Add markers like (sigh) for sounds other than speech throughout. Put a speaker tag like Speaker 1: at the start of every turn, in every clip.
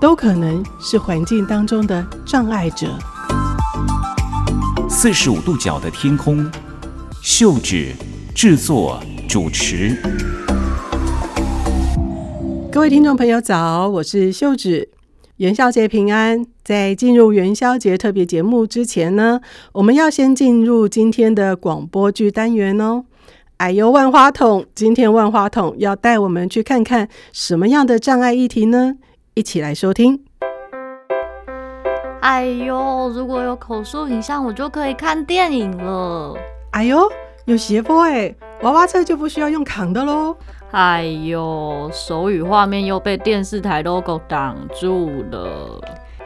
Speaker 1: 都可能是环境当中的障碍者。
Speaker 2: 四十五度角的天空，秀指制作主持。
Speaker 1: 各位听众朋友早，我是秀芷。元宵节平安！在进入元宵节特别节目之前呢，我们要先进入今天的广播剧单元哦。哎呦，万花筒！今天万花筒要带我们去看看什么样的障碍议题呢？一起来收听。
Speaker 3: 哎呦，如果有口述影像，我就可以看电影了。
Speaker 1: 哎呦，有斜坡哎，娃娃车就不需要用扛的喽。
Speaker 3: 哎呦，手语画面又被电视台 logo 挡住了。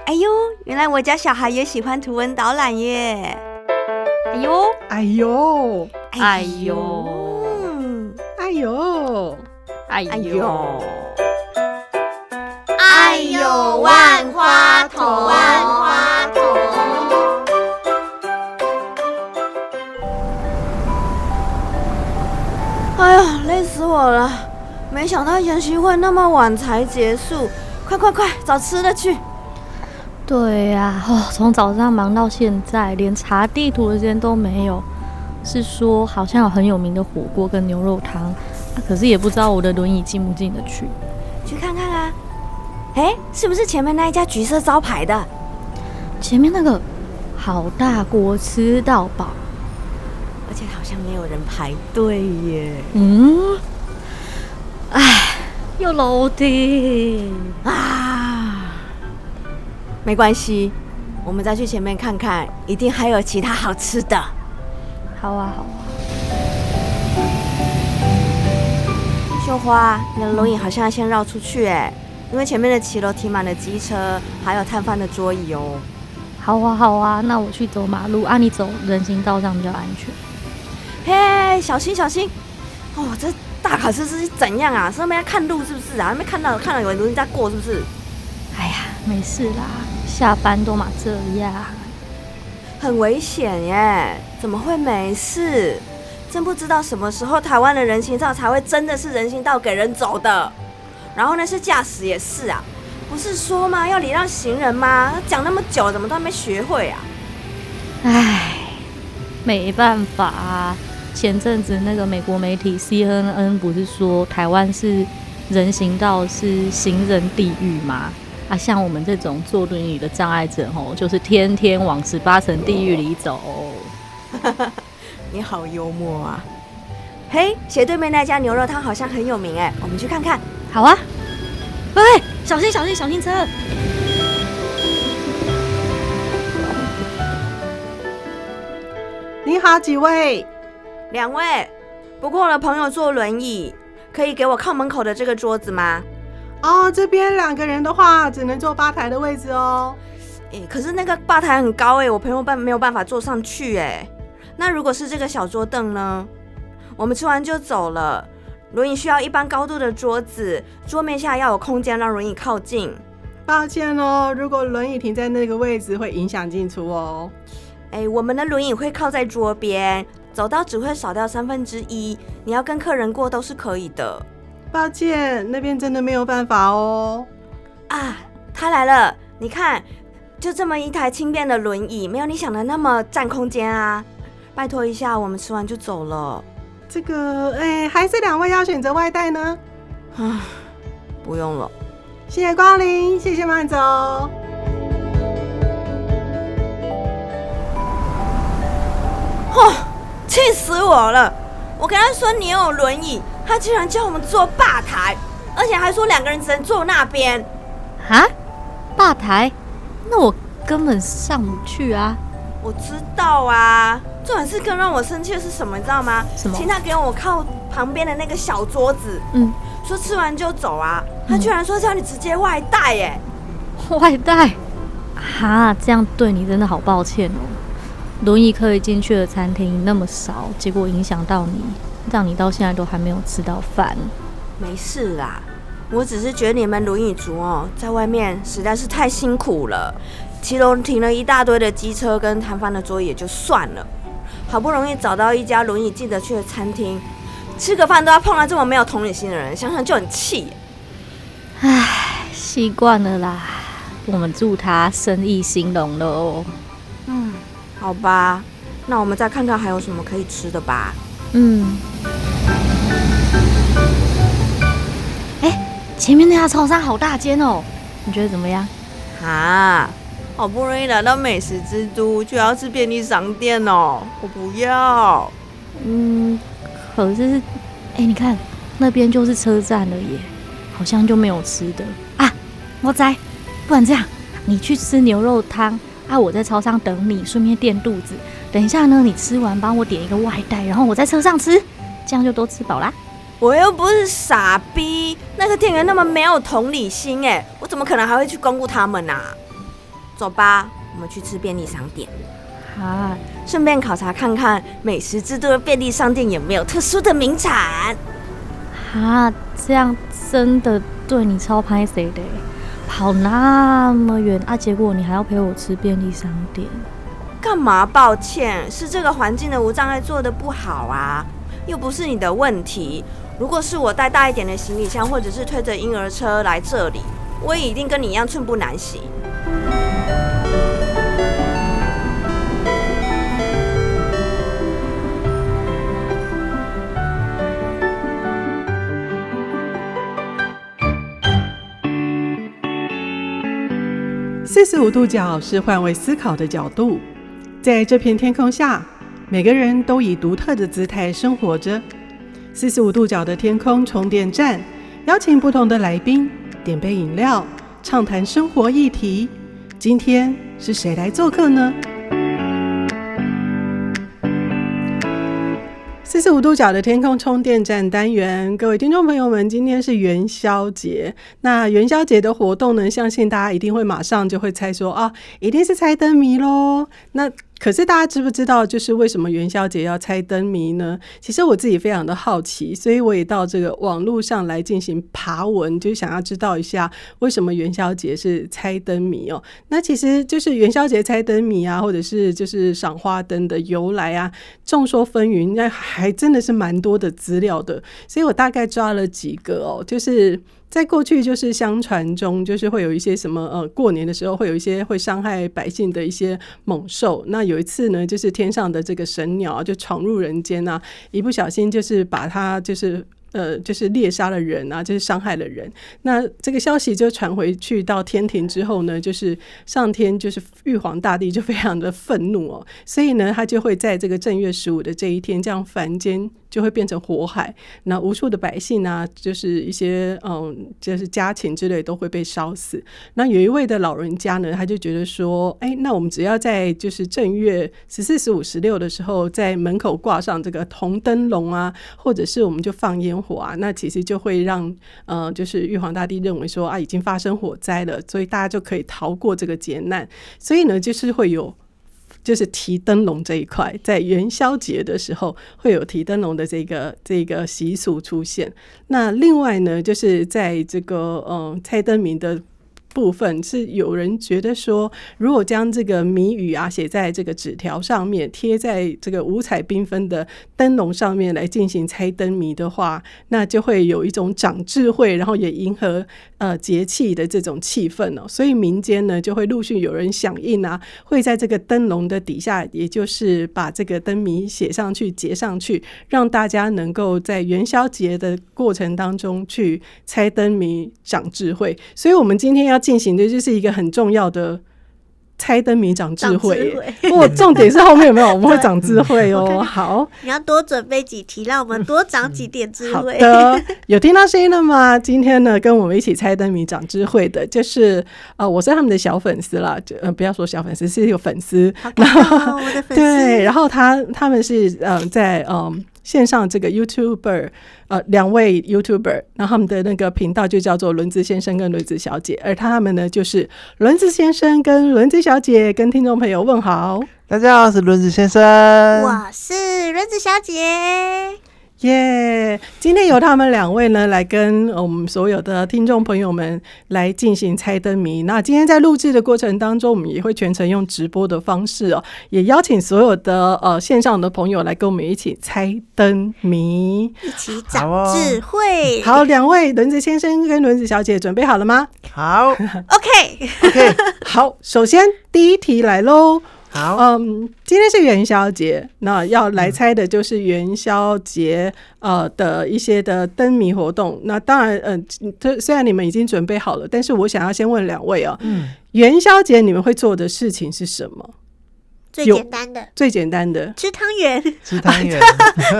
Speaker 4: 哎呦，原来我家小孩也喜欢图文导览耶！
Speaker 3: 哎呦，
Speaker 1: 哎呦，
Speaker 3: 哎呦，
Speaker 4: 嗯，
Speaker 1: 哎呦，
Speaker 3: 哎
Speaker 4: 哎
Speaker 3: 呦
Speaker 4: 呦，
Speaker 5: 哎呦，万花筒，万花筒。
Speaker 4: 哎呀，累死我了！没想到研习会那么晚才结束，快快快，找吃的去！
Speaker 5: 对呀、哦，从早上忙到现在，连查地图的时间都没有。是说好像有很有名的火锅跟牛肉汤，啊可是也不知道我的轮椅进不进得去。
Speaker 4: 去看看啊！哎，是不是前面那一家橘色招牌的？
Speaker 5: 前面那个好大锅吃到饱，
Speaker 4: 而且好像没有人排队耶！
Speaker 5: 嗯，唉，又楼梯。
Speaker 4: 啊，没关系，我们再去前面看看，一定还有其他好吃的。
Speaker 5: 好啊，好啊，
Speaker 4: 秀花，你的轮椅好像要先绕出去哎，因为前面的骑楼停满了机车，还有摊贩的桌椅哦。
Speaker 5: 好啊，好啊。那我去走马路啊，你走人行道上比较安全。
Speaker 4: 嘿，小心小心！哦，这大卡车是怎样啊？是没在看路是不是啊？没看到看到有人在过是不是？
Speaker 5: 哎呀，没事啦，下班都嘛这样。啊
Speaker 4: 很危险耶，怎么会没事？真不知道什么时候台湾的人行道才会真的是人行道给人走的。然后呢，是驾驶也是啊，不是说吗？要礼让行人吗？讲那么久，怎么都还没学会啊？
Speaker 5: 唉，没办法啊。前阵子那个美国媒体 CNN 不是说台湾是人行道是行人地狱吗？啊，像我们这种坐轮椅的障碍者吼，就是天天往十八层地狱里走。
Speaker 4: 你好幽默啊！嘿，斜对面那家牛肉汤好像很有名哎，我们去看看。
Speaker 5: 好啊，
Speaker 4: 喂，小心小心小心车！
Speaker 1: 你好，几位？
Speaker 4: 两位，不过我的朋友坐轮椅，可以给我靠门口的这个桌子吗？
Speaker 1: 哦，这边两个人的话，只能坐吧台的位置哦。
Speaker 4: 诶、可是那个吧台很高诶，我朋友办没有办法坐上去诶。那如果是这个小桌凳呢？我们吃完就走了。轮椅需要一般高度的桌子，桌面下要有空间让轮椅靠近。
Speaker 1: 抱歉哦，如果轮椅停在那个位置，会影响进出哦。
Speaker 4: 诶、我们的轮椅会靠在桌边，走道只会少掉三分之一。你要跟客人过都是可以的
Speaker 1: 抱歉，那边真的没有办法哦。
Speaker 4: 啊。他来了，你看，就这么一台轻便的轮椅，没有你想的那么占空间啊。拜托一下，我们吃完就走了。
Speaker 1: 这个，哎、还是两位要选择外带呢。
Speaker 4: 啊，不用了。
Speaker 1: 谢谢光临，谢谢慢走。
Speaker 4: 气死我了！我跟他说你有轮椅，他竟然叫我们坐吧台，而且还说两个人只能坐那边。
Speaker 5: 啊，吧台，那我根本上不去啊。
Speaker 4: 我知道啊，重点是更让我生气的是什么，你知道吗？
Speaker 5: 什么
Speaker 4: 请他给我靠旁边的那个小桌子，
Speaker 5: 嗯，
Speaker 4: 说吃完就走啊。他
Speaker 5: 嗯
Speaker 4: 居然说叫你直接外带耶、哎
Speaker 5: 外带，哈，这样对你真的好抱歉哦。轮椅可以进去的餐厅那么少，结果影响到你，让你到现在都还没有吃到饭。
Speaker 4: 没事啦，我只是觉得你们轮椅族哦，在外面实在是太辛苦了。骑楼停了一大堆的机车跟摊贩的桌椅也就算了，好不容易找到一家轮椅进得去的餐厅，吃个饭都要碰到这么没有同理心的人，想想就很气。
Speaker 5: 习惯了啦，我们祝他生意兴隆哦喽。
Speaker 4: 嗯，好吧，那我们再看看还有什么可以吃的吧。
Speaker 5: 嗯。哎，前面那家超商好大间哦，你觉得怎么样？
Speaker 4: 啊，好不容易来到美食之都，却要吃便利商店哦，我不要。
Speaker 5: 嗯，可是是，哎，你看那边就是车站了耶，好像就没有吃的啊。我仔，不然这样，你去吃牛肉汤啊，我在超商等你，顺便垫肚子。等一下呢，你吃完帮我点一个外带，然后我在车上吃，这样就都吃饱啦。
Speaker 4: 我又不是傻逼，那个店员那么没有同理心哎，我怎么可能还会去光顾他们呐、走吧，我们去吃便利商店，
Speaker 5: 啊，
Speaker 4: 顺便考察看看美食之都的便利商店有没有特殊的名产。
Speaker 5: 啊，这样真的对你超拍谁的欸？跑那么远啊，结果你还要陪我吃便利商店，
Speaker 4: 干嘛？抱歉，是这个环境的无障碍做的不好啊，又不是你的问题。如果是我带大一点的行李箱，或者是推着婴儿车来这里，我也一定跟你一样寸步难行。
Speaker 1: 四十五度角是换位思考的角度，在这片天空下，每个人都以独特的姿态生活着。四十五度角的天空充电站，邀请不同的来宾，点杯饮料，畅谈生活议题。今天是谁来做客呢？四十五度角的天空充电站单元，各位听众朋友们，今天是元宵节。那元宵节的活动呢，相信大家一定会马上就会猜说啊，一定是猜灯谜喽。那可是大家知不知道，就是为什么元宵节要猜灯谜呢？其实我自己非常的好奇，所以我也到这个网络上来进行爬文，就想要知道一下为什么元宵节是猜灯谜哦。那其实就是元宵节猜灯谜啊，或者是就是赏花灯的由来啊，众说纷纭，那还真的是蛮多的资料的，所以我大概抓了几个哦，就是。在过去，就是相传中，就是会有一些什么呃，过年的时候会有一些会伤害百姓的一些猛兽。那有一次呢，就是天上的这个神鸟啊就闯入人间啊，一不小心就是把它就是。呃，就是猎杀了人啊，就是伤害了人。那这个消息就传回去到天庭之后呢，就是上天就是玉皇大帝就非常的愤怒哦，所以呢，他就会在这个正月十五的这一天，这样凡间就会变成火海，那无数的百姓啊，就是一些嗯，就是家禽之类都会被烧死。那有一位的老人家呢，他就觉得说，哎，那我们只要在就是正月十四、十五、十六的时候，在门口挂上这个红灯笼啊，或者是我们就放烟火啊，那其实就会让呃，就是玉皇大帝认为说啊，已经发生火灾了，所以大家就可以逃过这个劫难。所以呢，就是会有就是提灯笼这一块，在元宵节的时候会有提灯笼的这个这个习俗出现。那另外呢，就是在这个嗯猜灯谜的。部分是有人觉得说，如果将这个谜语啊写在这个纸条上面，贴在这个五彩缤纷的灯笼上面来进行猜灯谜的话，那就会有一种长智慧，然后也迎合呃节气的这种气氛哦。所以民间呢就会陆续有人响应啊，会在这个灯笼的底下，也就是把这个灯谜写上去、结上去，让大家能够在元宵节的过程当中去猜灯谜、长智慧。所以我们今天要进行的就是一个很重要的。猜灯谜长智慧耶，不过重点是后面有没有我们会长智慧 (laughs)
Speaker 6: 我看
Speaker 1: 哦。
Speaker 6: 看
Speaker 1: 好，
Speaker 6: 你要多准备几题，让我们多长几点智
Speaker 1: 好
Speaker 6: 慧。
Speaker 1: 的，有听到声音了吗？今天呢，跟我们一起猜灯谜、长智慧的，就是呃，我是他们的小粉丝啦，就呃，不要说小粉丝，
Speaker 6: (laughs)
Speaker 1: 是有粉丝。
Speaker 6: 好感动哦，我的粉丝。
Speaker 1: 对，然后他他们是嗯、呃在嗯、线上这个 YouTuber，呃，两位 YouTuber，然后他们的那个频道就叫做轮子先生跟轮子小姐，而他们呢就是轮子先生跟轮子小姐跟听众朋友问好，
Speaker 7: 大家好，我是轮子先生。
Speaker 6: 我是轮子小姐，
Speaker 1: 耶、今天由他们两位呢来跟呃我们所有的听众朋友们来进行猜灯谜。那今天在录制的过程当中，我们也会全程用直播的方式哦，也邀请所有的呃线上的朋友来跟我们一起猜灯谜。
Speaker 6: 一起
Speaker 7: 好
Speaker 6: 长
Speaker 7: 哦
Speaker 6: 智慧。
Speaker 1: 好，两位轮子先生跟轮子小姐准备好了吗？
Speaker 7: 好
Speaker 1: (laughs)
Speaker 6: OK，
Speaker 7: ，OK，
Speaker 1: 好，首先第一题来喽。
Speaker 7: 好，
Speaker 1: 嗯，今天是元宵节，那要来猜的就是元宵节呃的一些的灯谜活动。那当然，嗯、这虽然你们已经准备好了，但是我想要先问两位哦，
Speaker 7: 嗯，
Speaker 1: 元宵节你们会做的事情是什么？
Speaker 6: 最
Speaker 1: 有
Speaker 6: 简单的，
Speaker 1: 最简单的
Speaker 6: 吃汤
Speaker 1: (laughs)
Speaker 6: 圆，
Speaker 7: 吃汤圆，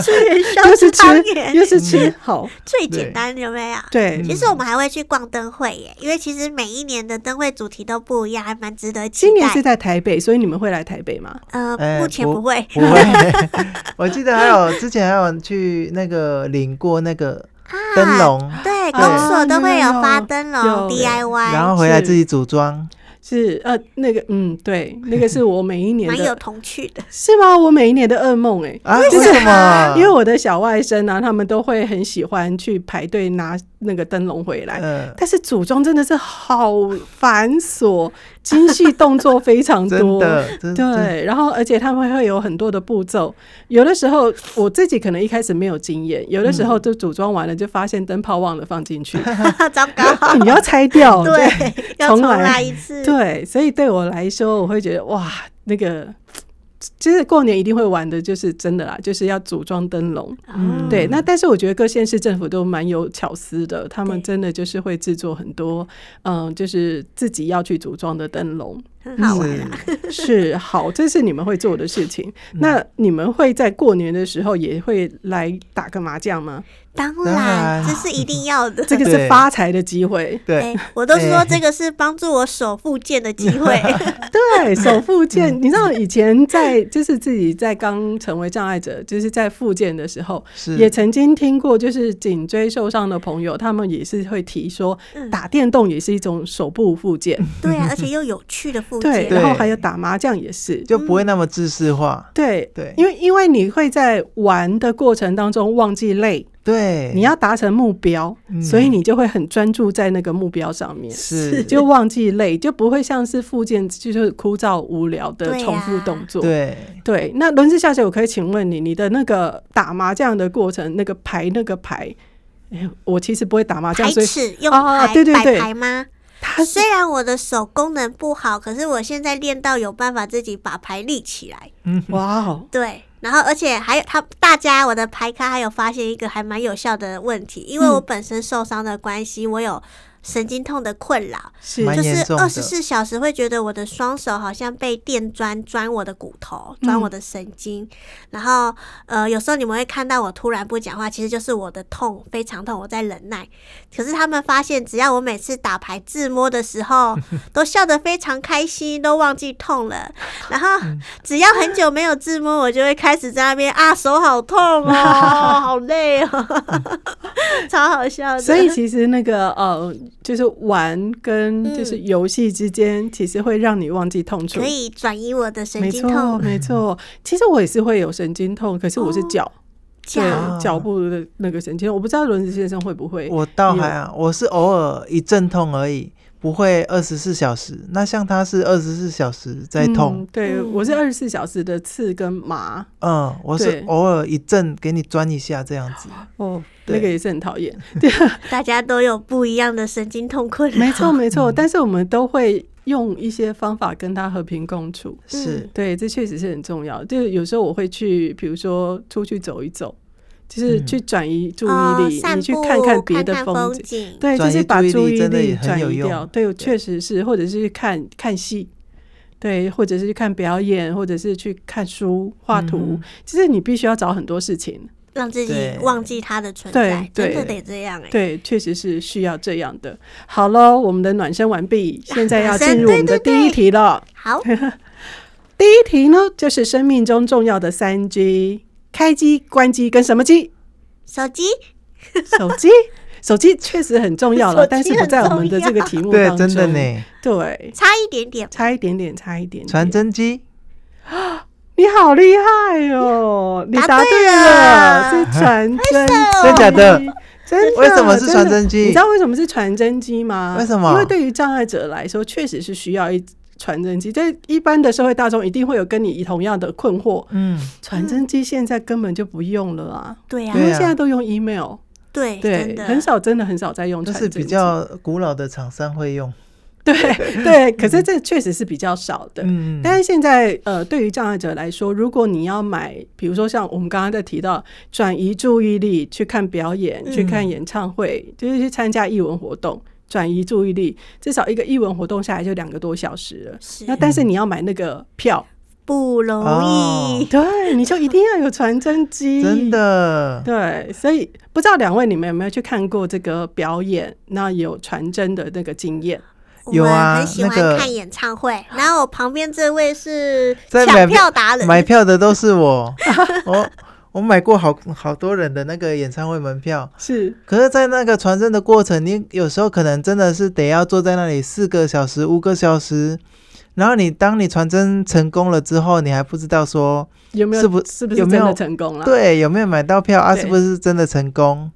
Speaker 6: 吃元宵，
Speaker 1: 就是吃
Speaker 6: 汤，圆，
Speaker 1: 就是吃，好，
Speaker 6: 最简单有没有？
Speaker 1: 对。
Speaker 6: 其实我们还会去逛灯会耶，因为其实每一年的灯会主题都不一样，还蛮值得期
Speaker 1: 今年
Speaker 6: 待。
Speaker 1: 是在台北，所以你们会来台北吗？
Speaker 6: 呃，
Speaker 7: 哎
Speaker 6: 目前不会，
Speaker 7: (laughs) 不会。 (laughs) 我记得还有之前还有去那个领过那个
Speaker 1: 啊
Speaker 7: 灯笼，
Speaker 6: 啊
Speaker 1: 对
Speaker 6: 对，公所都会有发灯
Speaker 1: 有哎有
Speaker 6: 笼
Speaker 7: 然
Speaker 6: DIY，
Speaker 7: 后回来
Speaker 1: 是
Speaker 7: 自己组装。
Speaker 1: 是呃，那个嗯，对，那个是我每一年
Speaker 6: 蛮有
Speaker 1: 的，
Speaker 6: 童趣的。 (laughs)
Speaker 1: 是吗？我每一年的噩梦哎、
Speaker 7: 啊？ (laughs)
Speaker 1: 就
Speaker 7: 为
Speaker 1: 是
Speaker 7: 什么？
Speaker 1: (laughs) 因为我的小外甥啊，他们都会很喜欢去排队拿那个灯笼回来。
Speaker 7: 嗯，
Speaker 1: 但是组装真的是好繁琐，精细动作非常
Speaker 7: (laughs) 真
Speaker 1: 多。
Speaker 7: 的，真真
Speaker 1: 对，然后而且他们会有很多的步骤，有的时候我自己可能一开始没有经验，有的时
Speaker 7: 嗯
Speaker 1: 候就组装完了就发现灯泡忘了放进
Speaker 7: (laughs)
Speaker 1: 去，
Speaker 6: 糟糕，
Speaker 1: (laughs) 你要拆掉。
Speaker 6: 对， (laughs) 要
Speaker 1: 哦重
Speaker 6: 重
Speaker 1: 来
Speaker 6: 来一次。
Speaker 1: 对，所以对我来说，我会觉得哇，那个其实过年一定会玩的，就是真的啦，就是要组装灯笼。
Speaker 7: 嗯
Speaker 6: 哦，
Speaker 1: 嗯对，那但是我觉得各县市政府都蛮有巧思的，他们
Speaker 6: 对
Speaker 1: 真的就是会制作很多，嗯，就是自己要去组装的灯笼。嗯
Speaker 6: 很好玩啊。嗯
Speaker 7: 是
Speaker 1: 是好，这是你们会做的事
Speaker 6: (laughs)
Speaker 1: 情。那你们会在过年的时候也会来打个麻将吗？
Speaker 6: 当
Speaker 7: 当
Speaker 6: 然，
Speaker 7: 然
Speaker 6: 这是一定要的。
Speaker 1: (laughs) 这个是
Speaker 7: 对，
Speaker 1: 发财的机会
Speaker 7: 对
Speaker 6: (laughs) 哎，我都是说
Speaker 7: 哎
Speaker 6: 这个是帮助我首付见的机会。
Speaker 1: 对手复
Speaker 6: 嗯
Speaker 1: 健。你知道以前在就是自己在刚成为障碍者，就是在复健的时候，也
Speaker 7: 是，
Speaker 1: 曾经听过，就是颈椎受伤的朋友，他们也是会提说
Speaker 6: 嗯，
Speaker 1: 打电动也是一种手部复健。
Speaker 6: (laughs) 对啊，而且又有趣的附
Speaker 1: 嗯对，
Speaker 6: 件。啊
Speaker 1: 然后还有打麻将也是，
Speaker 7: 就不会那么制式化。
Speaker 1: 对
Speaker 7: 对
Speaker 1: 因为因为你会在玩的过程当中忘记累，
Speaker 7: 对，
Speaker 1: 你要达成目标，
Speaker 7: 嗯
Speaker 1: 所以你就会很专注在那个目标上面。(laughs)
Speaker 7: 是
Speaker 1: 就忘记累，就不会像是附件就是枯燥无聊的
Speaker 6: 对
Speaker 1: 重复
Speaker 6: 呀
Speaker 1: 动作。
Speaker 7: 对，
Speaker 1: 对那轮子小姐，我可以请问你，你的那个打麻将的过程，那个牌那个牌，哎，我其实不会打麻将，
Speaker 6: 排
Speaker 1: 所以
Speaker 6: 尺用
Speaker 1: 啊
Speaker 6: 牌
Speaker 1: 对对对
Speaker 6: 摆牌吗？
Speaker 1: 它是
Speaker 6: 虽然我的手功能不好，可是我现在练到有办法自己把牌立起来。
Speaker 1: 哇哦，
Speaker 6: 对，然后而且还有他大家，我的牌咖还有发现一个还蛮有效的问题，因为
Speaker 1: 嗯
Speaker 6: 我本身受伤的关系，我有神经痛的困扰，
Speaker 1: 是
Speaker 7: 蛮
Speaker 6: 就
Speaker 7: 严
Speaker 6: 是
Speaker 7: 重的
Speaker 6: 二十四小时会觉得我的双手好像被电钻钻我的骨头，钻
Speaker 1: 嗯
Speaker 6: 我的神经，然后呃有时候你们会看到我突然不讲话，其实就是我的痛非常痛，我在忍耐。可是他们发现，只要我每次打牌自摸的时
Speaker 1: (laughs)
Speaker 6: 候，都笑得非常开心，都忘记痛了。然后
Speaker 1: 嗯
Speaker 6: 只要很久没有自摸，我就会开始在那边啊，手好痛
Speaker 1: (laughs)
Speaker 6: 哦，好累哦，超好笑的。
Speaker 1: 所以其实那个呃，就是玩跟
Speaker 6: 嗯
Speaker 1: 就是游戏之间，其实会让你忘记痛处。
Speaker 6: 可以转移我的神
Speaker 1: 没
Speaker 6: 经
Speaker 1: 错，
Speaker 6: 痛，
Speaker 1: 没错。其实我也是会有神经痛，可是我是脚、
Speaker 6: 脚
Speaker 1: 对脚部的那个神经痛。我不知道轮子先生会不会。
Speaker 7: 我倒还好，我是偶尔一阵痛而已，不会二十四小时。那像他是二十四小时在
Speaker 1: 嗯
Speaker 7: 痛，
Speaker 1: 对，
Speaker 6: 嗯
Speaker 1: 我是二十四小时的刺跟麻
Speaker 7: 嗯我是
Speaker 1: 对
Speaker 7: 偶尔一阵给你钻一下这样子。
Speaker 1: 哦，
Speaker 7: 对
Speaker 1: 那个也是很讨厌。
Speaker 6: 大家都有不一样的神经痛困扰。
Speaker 1: 没
Speaker 7: (laughs) 嗯
Speaker 1: 错，没错。但是我们都会用一些方法跟他和平共处。
Speaker 7: 是，
Speaker 1: 对，这确实是很重要。就是有时候我会去，比如说出去走一走，就是
Speaker 7: 嗯
Speaker 1: 去转移注
Speaker 6: 哦
Speaker 1: 意力，
Speaker 6: 散
Speaker 1: 你去
Speaker 6: 步
Speaker 1: 看看别的
Speaker 6: 看
Speaker 1: 风
Speaker 6: 风
Speaker 1: 景。
Speaker 6: 景。
Speaker 1: 对，就
Speaker 7: 转
Speaker 1: 是
Speaker 7: 移
Speaker 1: 把
Speaker 7: 注意
Speaker 1: 注
Speaker 7: 力
Speaker 1: 意
Speaker 7: 真的也
Speaker 1: 力
Speaker 7: 很
Speaker 1: 转
Speaker 7: 有
Speaker 1: 移
Speaker 7: 用
Speaker 1: 掉。对，确实是，或者是去看看戏，对，或者是去看表演，或者是去看书、画图
Speaker 7: 嗯。
Speaker 1: 其实你必须要找很多事情。
Speaker 6: 让自己
Speaker 7: 对
Speaker 6: 忘记它的存在，
Speaker 1: 对
Speaker 6: 真的
Speaker 1: 对
Speaker 6: 得这样哎、欸。
Speaker 1: 对，确实是需要这样的。好喽，我们的暖身完毕，现在要
Speaker 6: (laughs) 暖身
Speaker 1: 进入我
Speaker 6: 对
Speaker 1: 们的
Speaker 6: 对
Speaker 1: 第一
Speaker 6: 对
Speaker 1: 题 (laughs) 了。
Speaker 6: 好，
Speaker 1: 第一题呢，就是生命中重要的三 G：开机、关机跟什么机？
Speaker 6: 手机
Speaker 1: 手机，手机确实很重要
Speaker 6: 手
Speaker 1: 了，
Speaker 6: 机
Speaker 1: 但是不在我们的这个题目
Speaker 7: 对
Speaker 1: 当，中。
Speaker 7: 真的，呢。
Speaker 1: 对，
Speaker 6: 差一点点，
Speaker 1: 差一点点，差一点点。
Speaker 7: 传真机，
Speaker 1: 你好厉害哦！你答对
Speaker 6: 答
Speaker 1: 了，
Speaker 6: 对了
Speaker 1: 是传真机，
Speaker 7: 真假的？
Speaker 1: 真的？
Speaker 7: 为什么是传真
Speaker 1: 真的
Speaker 7: 机
Speaker 1: 你知？道为什么是传真机吗？
Speaker 7: 为什么
Speaker 1: 因为对于障碍者来说，确实是需要一传真机。这一般的社会大众一定会有跟你同样的困惑。
Speaker 7: 嗯，
Speaker 1: 传真机现在根本就不用了啊，
Speaker 6: 对呀、
Speaker 1: 因为
Speaker 7: 对啊
Speaker 1: 现在都用 email，
Speaker 6: 对，哎真
Speaker 1: 对，
Speaker 6: 的
Speaker 1: 很少，真的很少在用
Speaker 7: 就
Speaker 1: 传
Speaker 7: 是
Speaker 1: 真机。
Speaker 7: 比较古老的厂商会用。 (laughs)
Speaker 1: 对对，可是这确实是比较少的。
Speaker 7: 嗯，
Speaker 1: 但是现在，呃，对于障碍者来说，如果你要买，比如说像我们刚刚在提到转移注意力，去看表演、
Speaker 7: 嗯
Speaker 1: 去看演唱会，就是去参加艺文活动，转移注意力，至少一个艺文活动下来就两个多小时了。
Speaker 6: 是
Speaker 1: 那但是你要买那个票，
Speaker 6: 不容
Speaker 7: 哦
Speaker 6: 易。
Speaker 1: 对，你就一定要有传真机，
Speaker 7: (laughs) 真。的，
Speaker 1: 对，所以不知道两位你们有没有去看过这个表演？那有传真的那个经验？
Speaker 6: 我
Speaker 7: 有啊
Speaker 6: 们很喜欢
Speaker 7: 那个
Speaker 6: 看演唱会，然后我旁边这位是
Speaker 7: 在买
Speaker 6: 抢票达人，
Speaker 7: 买票的都是我， (laughs) 我我买过好好多人的那个演唱会门票。
Speaker 1: 是
Speaker 7: 可是，在那个传真的过程，你有时候可能真的是得要坐在那里四个小时、五个小时，然后你当你传真成功了之后，你还不知道说
Speaker 1: 有没有？
Speaker 7: 是不
Speaker 1: 是不是
Speaker 7: 有
Speaker 1: 真
Speaker 7: 没
Speaker 1: 的
Speaker 7: 有
Speaker 1: 成功了？
Speaker 7: 对有没有买到票啊，
Speaker 1: 对
Speaker 7: 是不是真的成功？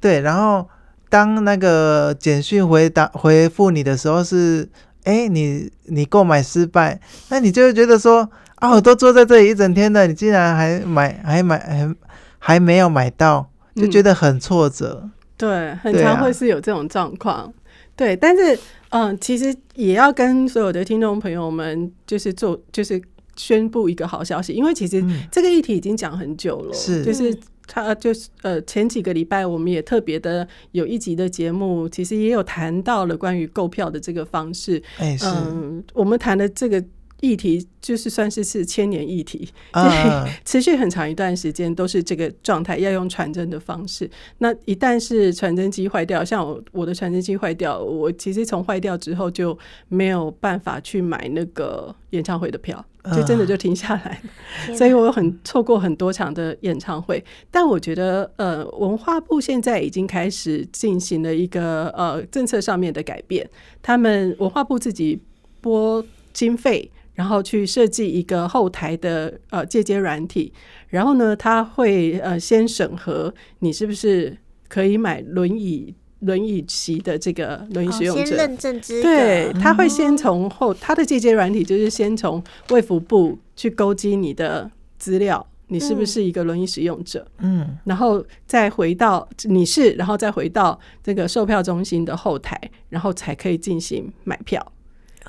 Speaker 7: 对，然后当那个简讯回答回复你的时候是，哎，你你购买失败，那你就会觉得说啊，我都坐在这里一整天了，你竟然还买还买还还没有买到，就
Speaker 1: 嗯
Speaker 7: 觉得很挫折。
Speaker 1: 对，很
Speaker 7: 对
Speaker 1: 常
Speaker 7: 啊
Speaker 1: 会是有这种状况。对，但是嗯，其实也要跟所有的听众朋友们，就是做，就是宣布一个好消息，因为其实
Speaker 7: 嗯
Speaker 1: 这个议题已经讲很久了，
Speaker 7: 是
Speaker 1: 就是。他就是呃，前几个礼拜我们也特别的有一集的节目，其实也有谈到了关于购票的这个方式。
Speaker 7: 哎、是、
Speaker 1: 嗯，我们谈的这个议题就是算是是千年议题，
Speaker 7: 啊，
Speaker 1: 持续很长一段时间都是这个状态，要用传真的方式。那一旦是传真机坏掉，像我我的传真机坏掉，我其实从坏掉之后就没有办法去买那个演唱会的票，就真的
Speaker 7: 啊
Speaker 1: 就停下来了。
Speaker 6: 嗯
Speaker 1: 所以我很错过很多场的演唱会。但我觉得，呃，文化部现在已经开始进行了一个呃政策上面的改变，他们文化部自己拨经费，然后去设计一个后台的呃借接软体，然后呢，他会呃先审核你是不是可以买轮椅轮椅席的这个轮椅
Speaker 6: 哦
Speaker 1: 使用
Speaker 6: 先
Speaker 1: 者。
Speaker 6: 认证资格，
Speaker 1: 对，他会先从后，他的借接软体就是先从卫福部去勾稽你的资料，你是不是一个轮椅使用者，
Speaker 7: 嗯，
Speaker 1: 然后再回到你是，然后再回到这个售票中心的后台，然后才可以进行买票。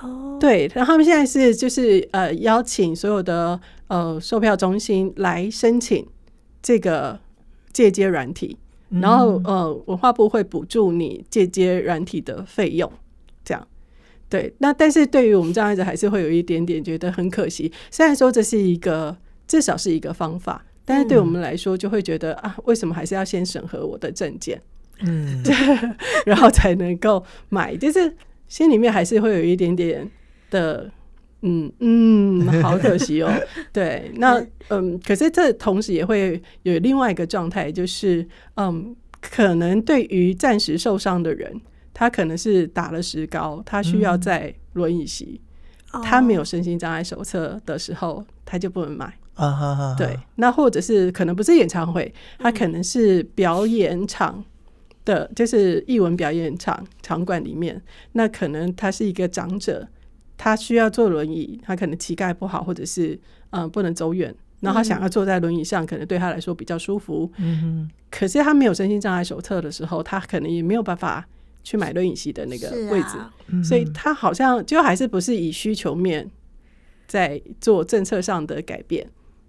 Speaker 6: 哦，
Speaker 1: 对，然后他们现在是就是呃邀请所有的呃售票中心来申请这个借接软体，然后呃文化部会补助你借接软体的费用，这样。对，那但是对于我们障碍者还是会有一点点觉得很可惜，虽然说这是一个至少是一个方法。但是对我们来说，就会觉得、啊，为什么还是要先审核我的证件，
Speaker 7: 嗯，
Speaker 1: (laughs) 然后才能够买？就是心里面还是会有一点点的，嗯嗯，好可惜哦。对，那嗯，可是这同时也会有另外一个状态，就是嗯，可能对于暂时受伤的人，他可能是打了石膏，他需要在轮椅席，
Speaker 6: 哦
Speaker 1: 他没有身心障碍手册的时候，他就不能买。
Speaker 7: 啊哈哈，
Speaker 1: 对，，那或者是可能不是演唱会，它可能是表演场的，就是艺文表演场场馆里面，那可能他是一个长者，他需要坐轮椅，他可能膝盖不好，或者是嗯、呃不能走远，然后他想要坐在轮椅上，可能对他来说比较舒服。
Speaker 7: 嗯
Speaker 1: 可是他没有身心障碍手册的时候，他可能也没有办法去买轮椅席的那个
Speaker 6: 是啊
Speaker 1: 位置。
Speaker 7: 哼，
Speaker 1: 所以他好像就还是不是以需求面在做政策上的改变，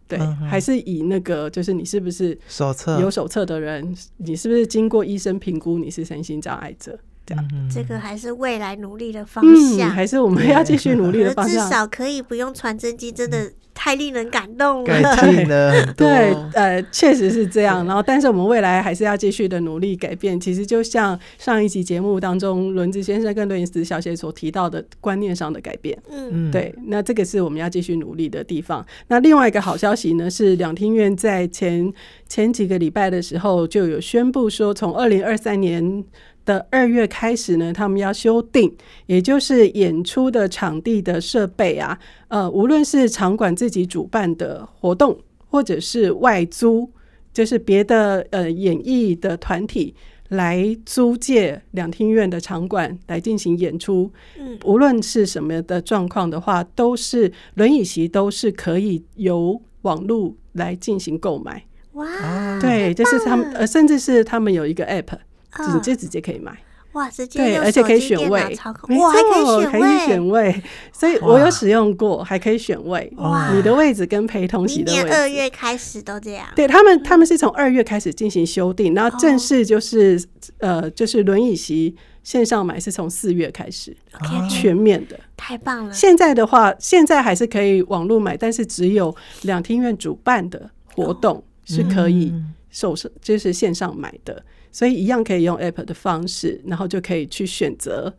Speaker 1: 对，
Speaker 7: 嗯哼
Speaker 1: 还是以那个就是你是不是
Speaker 7: 手册
Speaker 1: 有手册的人，你是不是经过医生评估你是身心障碍者，这样，
Speaker 7: 嗯
Speaker 6: 这个还是未来努力的方
Speaker 1: 嗯，
Speaker 6: 向。
Speaker 1: 还是我们要继续努力的
Speaker 6: 可
Speaker 1: 方
Speaker 6: 是至
Speaker 1: 向。嗯
Speaker 6: 少可以不用传真机，真的太太令人感动
Speaker 7: 改
Speaker 6: 了。
Speaker 7: 进了很多。
Speaker 1: (laughs) 对，呃，确实是这样。然后，但是我们未来还是要继续的努力改变。其实，就像上一集节目当中轮子先生跟轮子小姐所提到的观念上的改变，
Speaker 6: 嗯，
Speaker 7: 嗯，
Speaker 1: 对，那这个是我们要继续努力的地方。那另外一个好消息呢，是两厅院在前前几个礼拜的时候就有宣布说，从二零二三年。的二月开始呢，他们要修订，也就是演出的场地的设备啊，呃，无论是场馆自己主办的活动，或者是外租，就是别的呃演艺的团体来租借两厅院的场馆来进行演出，
Speaker 6: 嗯
Speaker 1: 无论是什么的状况的话，都是轮椅席都是可以由网络来进行购买。
Speaker 6: 哇，
Speaker 1: 啊
Speaker 6: 嗯
Speaker 7: 嗯
Speaker 1: 对，就是他们呃，甚至是他们有一个 app，直
Speaker 6: 嗯
Speaker 1: 接直接可以买。
Speaker 6: 哇，直接
Speaker 1: 对，
Speaker 6: 用
Speaker 1: 而且
Speaker 6: 手
Speaker 1: 可以
Speaker 6: 机
Speaker 1: 选
Speaker 6: 电脑
Speaker 1: 位
Speaker 6: 操，控，
Speaker 1: 没
Speaker 6: 哇，还
Speaker 1: 错，
Speaker 6: 可
Speaker 1: 可
Speaker 6: 以
Speaker 1: 以
Speaker 6: 选
Speaker 1: 选
Speaker 6: 位，
Speaker 1: 位，所以我有
Speaker 7: 哇
Speaker 1: 使用过，还可以选位
Speaker 6: 哇，
Speaker 1: 你的位置跟陪同席
Speaker 6: 明
Speaker 1: 的
Speaker 6: 年
Speaker 1: 位
Speaker 6: 二
Speaker 1: 置。
Speaker 6: 月开始都这样。
Speaker 1: 对他们，他们是从二月开始进行修订，然后
Speaker 6: 哦
Speaker 1: 正式就是、呃，就是轮椅席线上买是从四月开始
Speaker 6: OK，嗯
Speaker 1: 全面的。
Speaker 6: 太棒了。
Speaker 1: 现在的话，现在还是可以网络买，但是只有两厅院主办的活
Speaker 6: 哦
Speaker 1: 动是可以
Speaker 7: 嗯
Speaker 1: 手上、就是线上买的，所以一样可以用 app 的方式，然后就可以去选择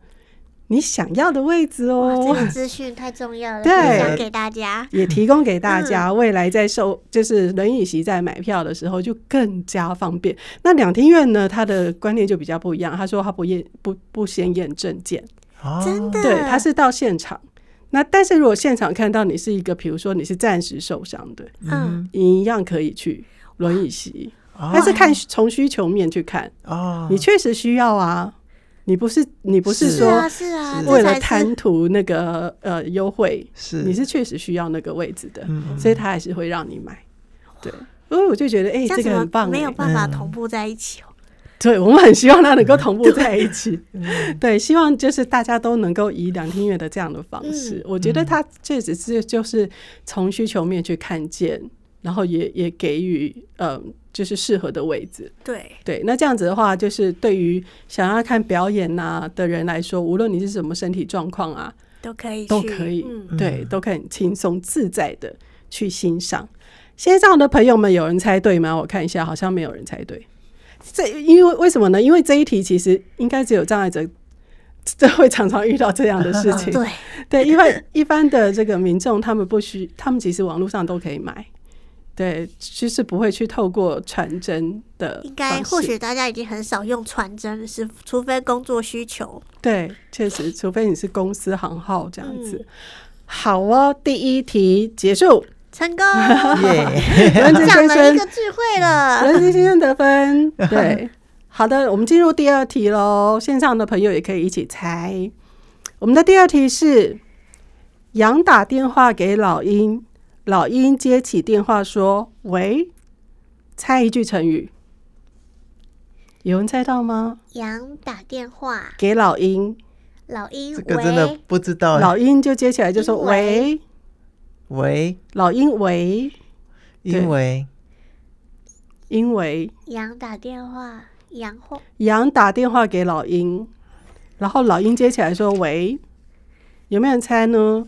Speaker 1: 你想要的位置
Speaker 6: 哇，这
Speaker 1: 哦。
Speaker 6: 个资讯太重要了，
Speaker 1: 对
Speaker 6: 分享给大家。
Speaker 1: (laughs) 也提供给大家，
Speaker 6: 嗯
Speaker 1: 未来在售就是轮椅席在买票的时候就更加方便。那两厅院呢，他的观念就比较不一样，他说他不验不不先验证件，
Speaker 7: 哦
Speaker 6: 真的，
Speaker 1: 嗯对，他是到现场。那但是如果现场看到你是一个，比如说你是暂时受伤的，
Speaker 6: 嗯，
Speaker 1: 你一样可以去轮椅席，
Speaker 7: 哦
Speaker 1: 但是看从需求面去看，
Speaker 7: 哦，
Speaker 1: 你确实需要啊，你不是你不是
Speaker 7: 是
Speaker 6: 嗯是啊
Speaker 1: 嗯说
Speaker 6: 是啊，
Speaker 7: 是
Speaker 6: 这
Speaker 1: 为了
Speaker 6: 才是
Speaker 1: 贪图那个呃优惠，
Speaker 7: 是
Speaker 1: 你是确实需要那个位置的，
Speaker 7: 嗯
Speaker 1: 所以他还是会让你买，对。所以我就觉得，哎、
Speaker 6: 这
Speaker 1: 这个很
Speaker 6: 样怎么
Speaker 1: 棒、
Speaker 6: 没有
Speaker 1: 欸，
Speaker 6: 办法
Speaker 7: 嗯
Speaker 6: 同步在一起哦？
Speaker 1: (laughs) 对，我们很希望它能够同步在一起。 (laughs) 对，希望就是大家都能够以两厅院的这样的方式，我觉得它确实是就是从需求面去看见，然后也也给予嗯、就是适合的位置。
Speaker 6: 对，
Speaker 1: 对，那这样子的话，就是对于想要看表演呐、的人来说，无论你是什么身体状况啊，
Speaker 6: 都可以去，
Speaker 1: 都可以，
Speaker 6: 嗯，
Speaker 1: 对，都可以很轻松自在的去欣赏。线上的朋友们，有人猜对吗？我看一下，好像没有人猜对。这因为为什么呢？因为这一题其实应该只有障碍者，这会常常遇到这样的事情。
Speaker 6: 嗯 (laughs)
Speaker 1: 对，
Speaker 6: 对，
Speaker 1: 一般一般的这个民众，他们不需，他们其实网络上都可以买，对，其实不会去透过传真的方式，
Speaker 6: 应该或许大家已经很少用传真，是除非工作需求。
Speaker 1: 对，确实，除非你是公司行号这样子。
Speaker 6: 嗯
Speaker 1: 好哦，第一题结束，
Speaker 6: 成
Speaker 1: (laughs)
Speaker 6: 功，
Speaker 7: 耶，
Speaker 1: 轮子
Speaker 6: 讲
Speaker 1: 先
Speaker 6: 了
Speaker 1: 生
Speaker 6: 一个智慧了。
Speaker 1: 人机先生得分，
Speaker 6: (laughs)
Speaker 1: 对，好的，我们进入第二题喽。线上的朋友也可以一起猜。我们的第二题是：羊打电话给老鹰，老鹰接起电话说：“喂。”猜一句成语，有人猜到吗？
Speaker 6: 羊打电话，
Speaker 1: 给老鹰，
Speaker 6: 老鹰
Speaker 7: 这个真的
Speaker 6: 喂，
Speaker 7: 不知道。
Speaker 1: 老鹰就接起来就说：“
Speaker 6: 因为
Speaker 1: 喂，
Speaker 7: 喂，
Speaker 1: 老鹰喂，
Speaker 7: 因为
Speaker 1: 因为
Speaker 6: 羊打电话，羊话，
Speaker 1: 羊打电话给老鹰，然后老鹰接起来说：“喂，有没有人猜呢？”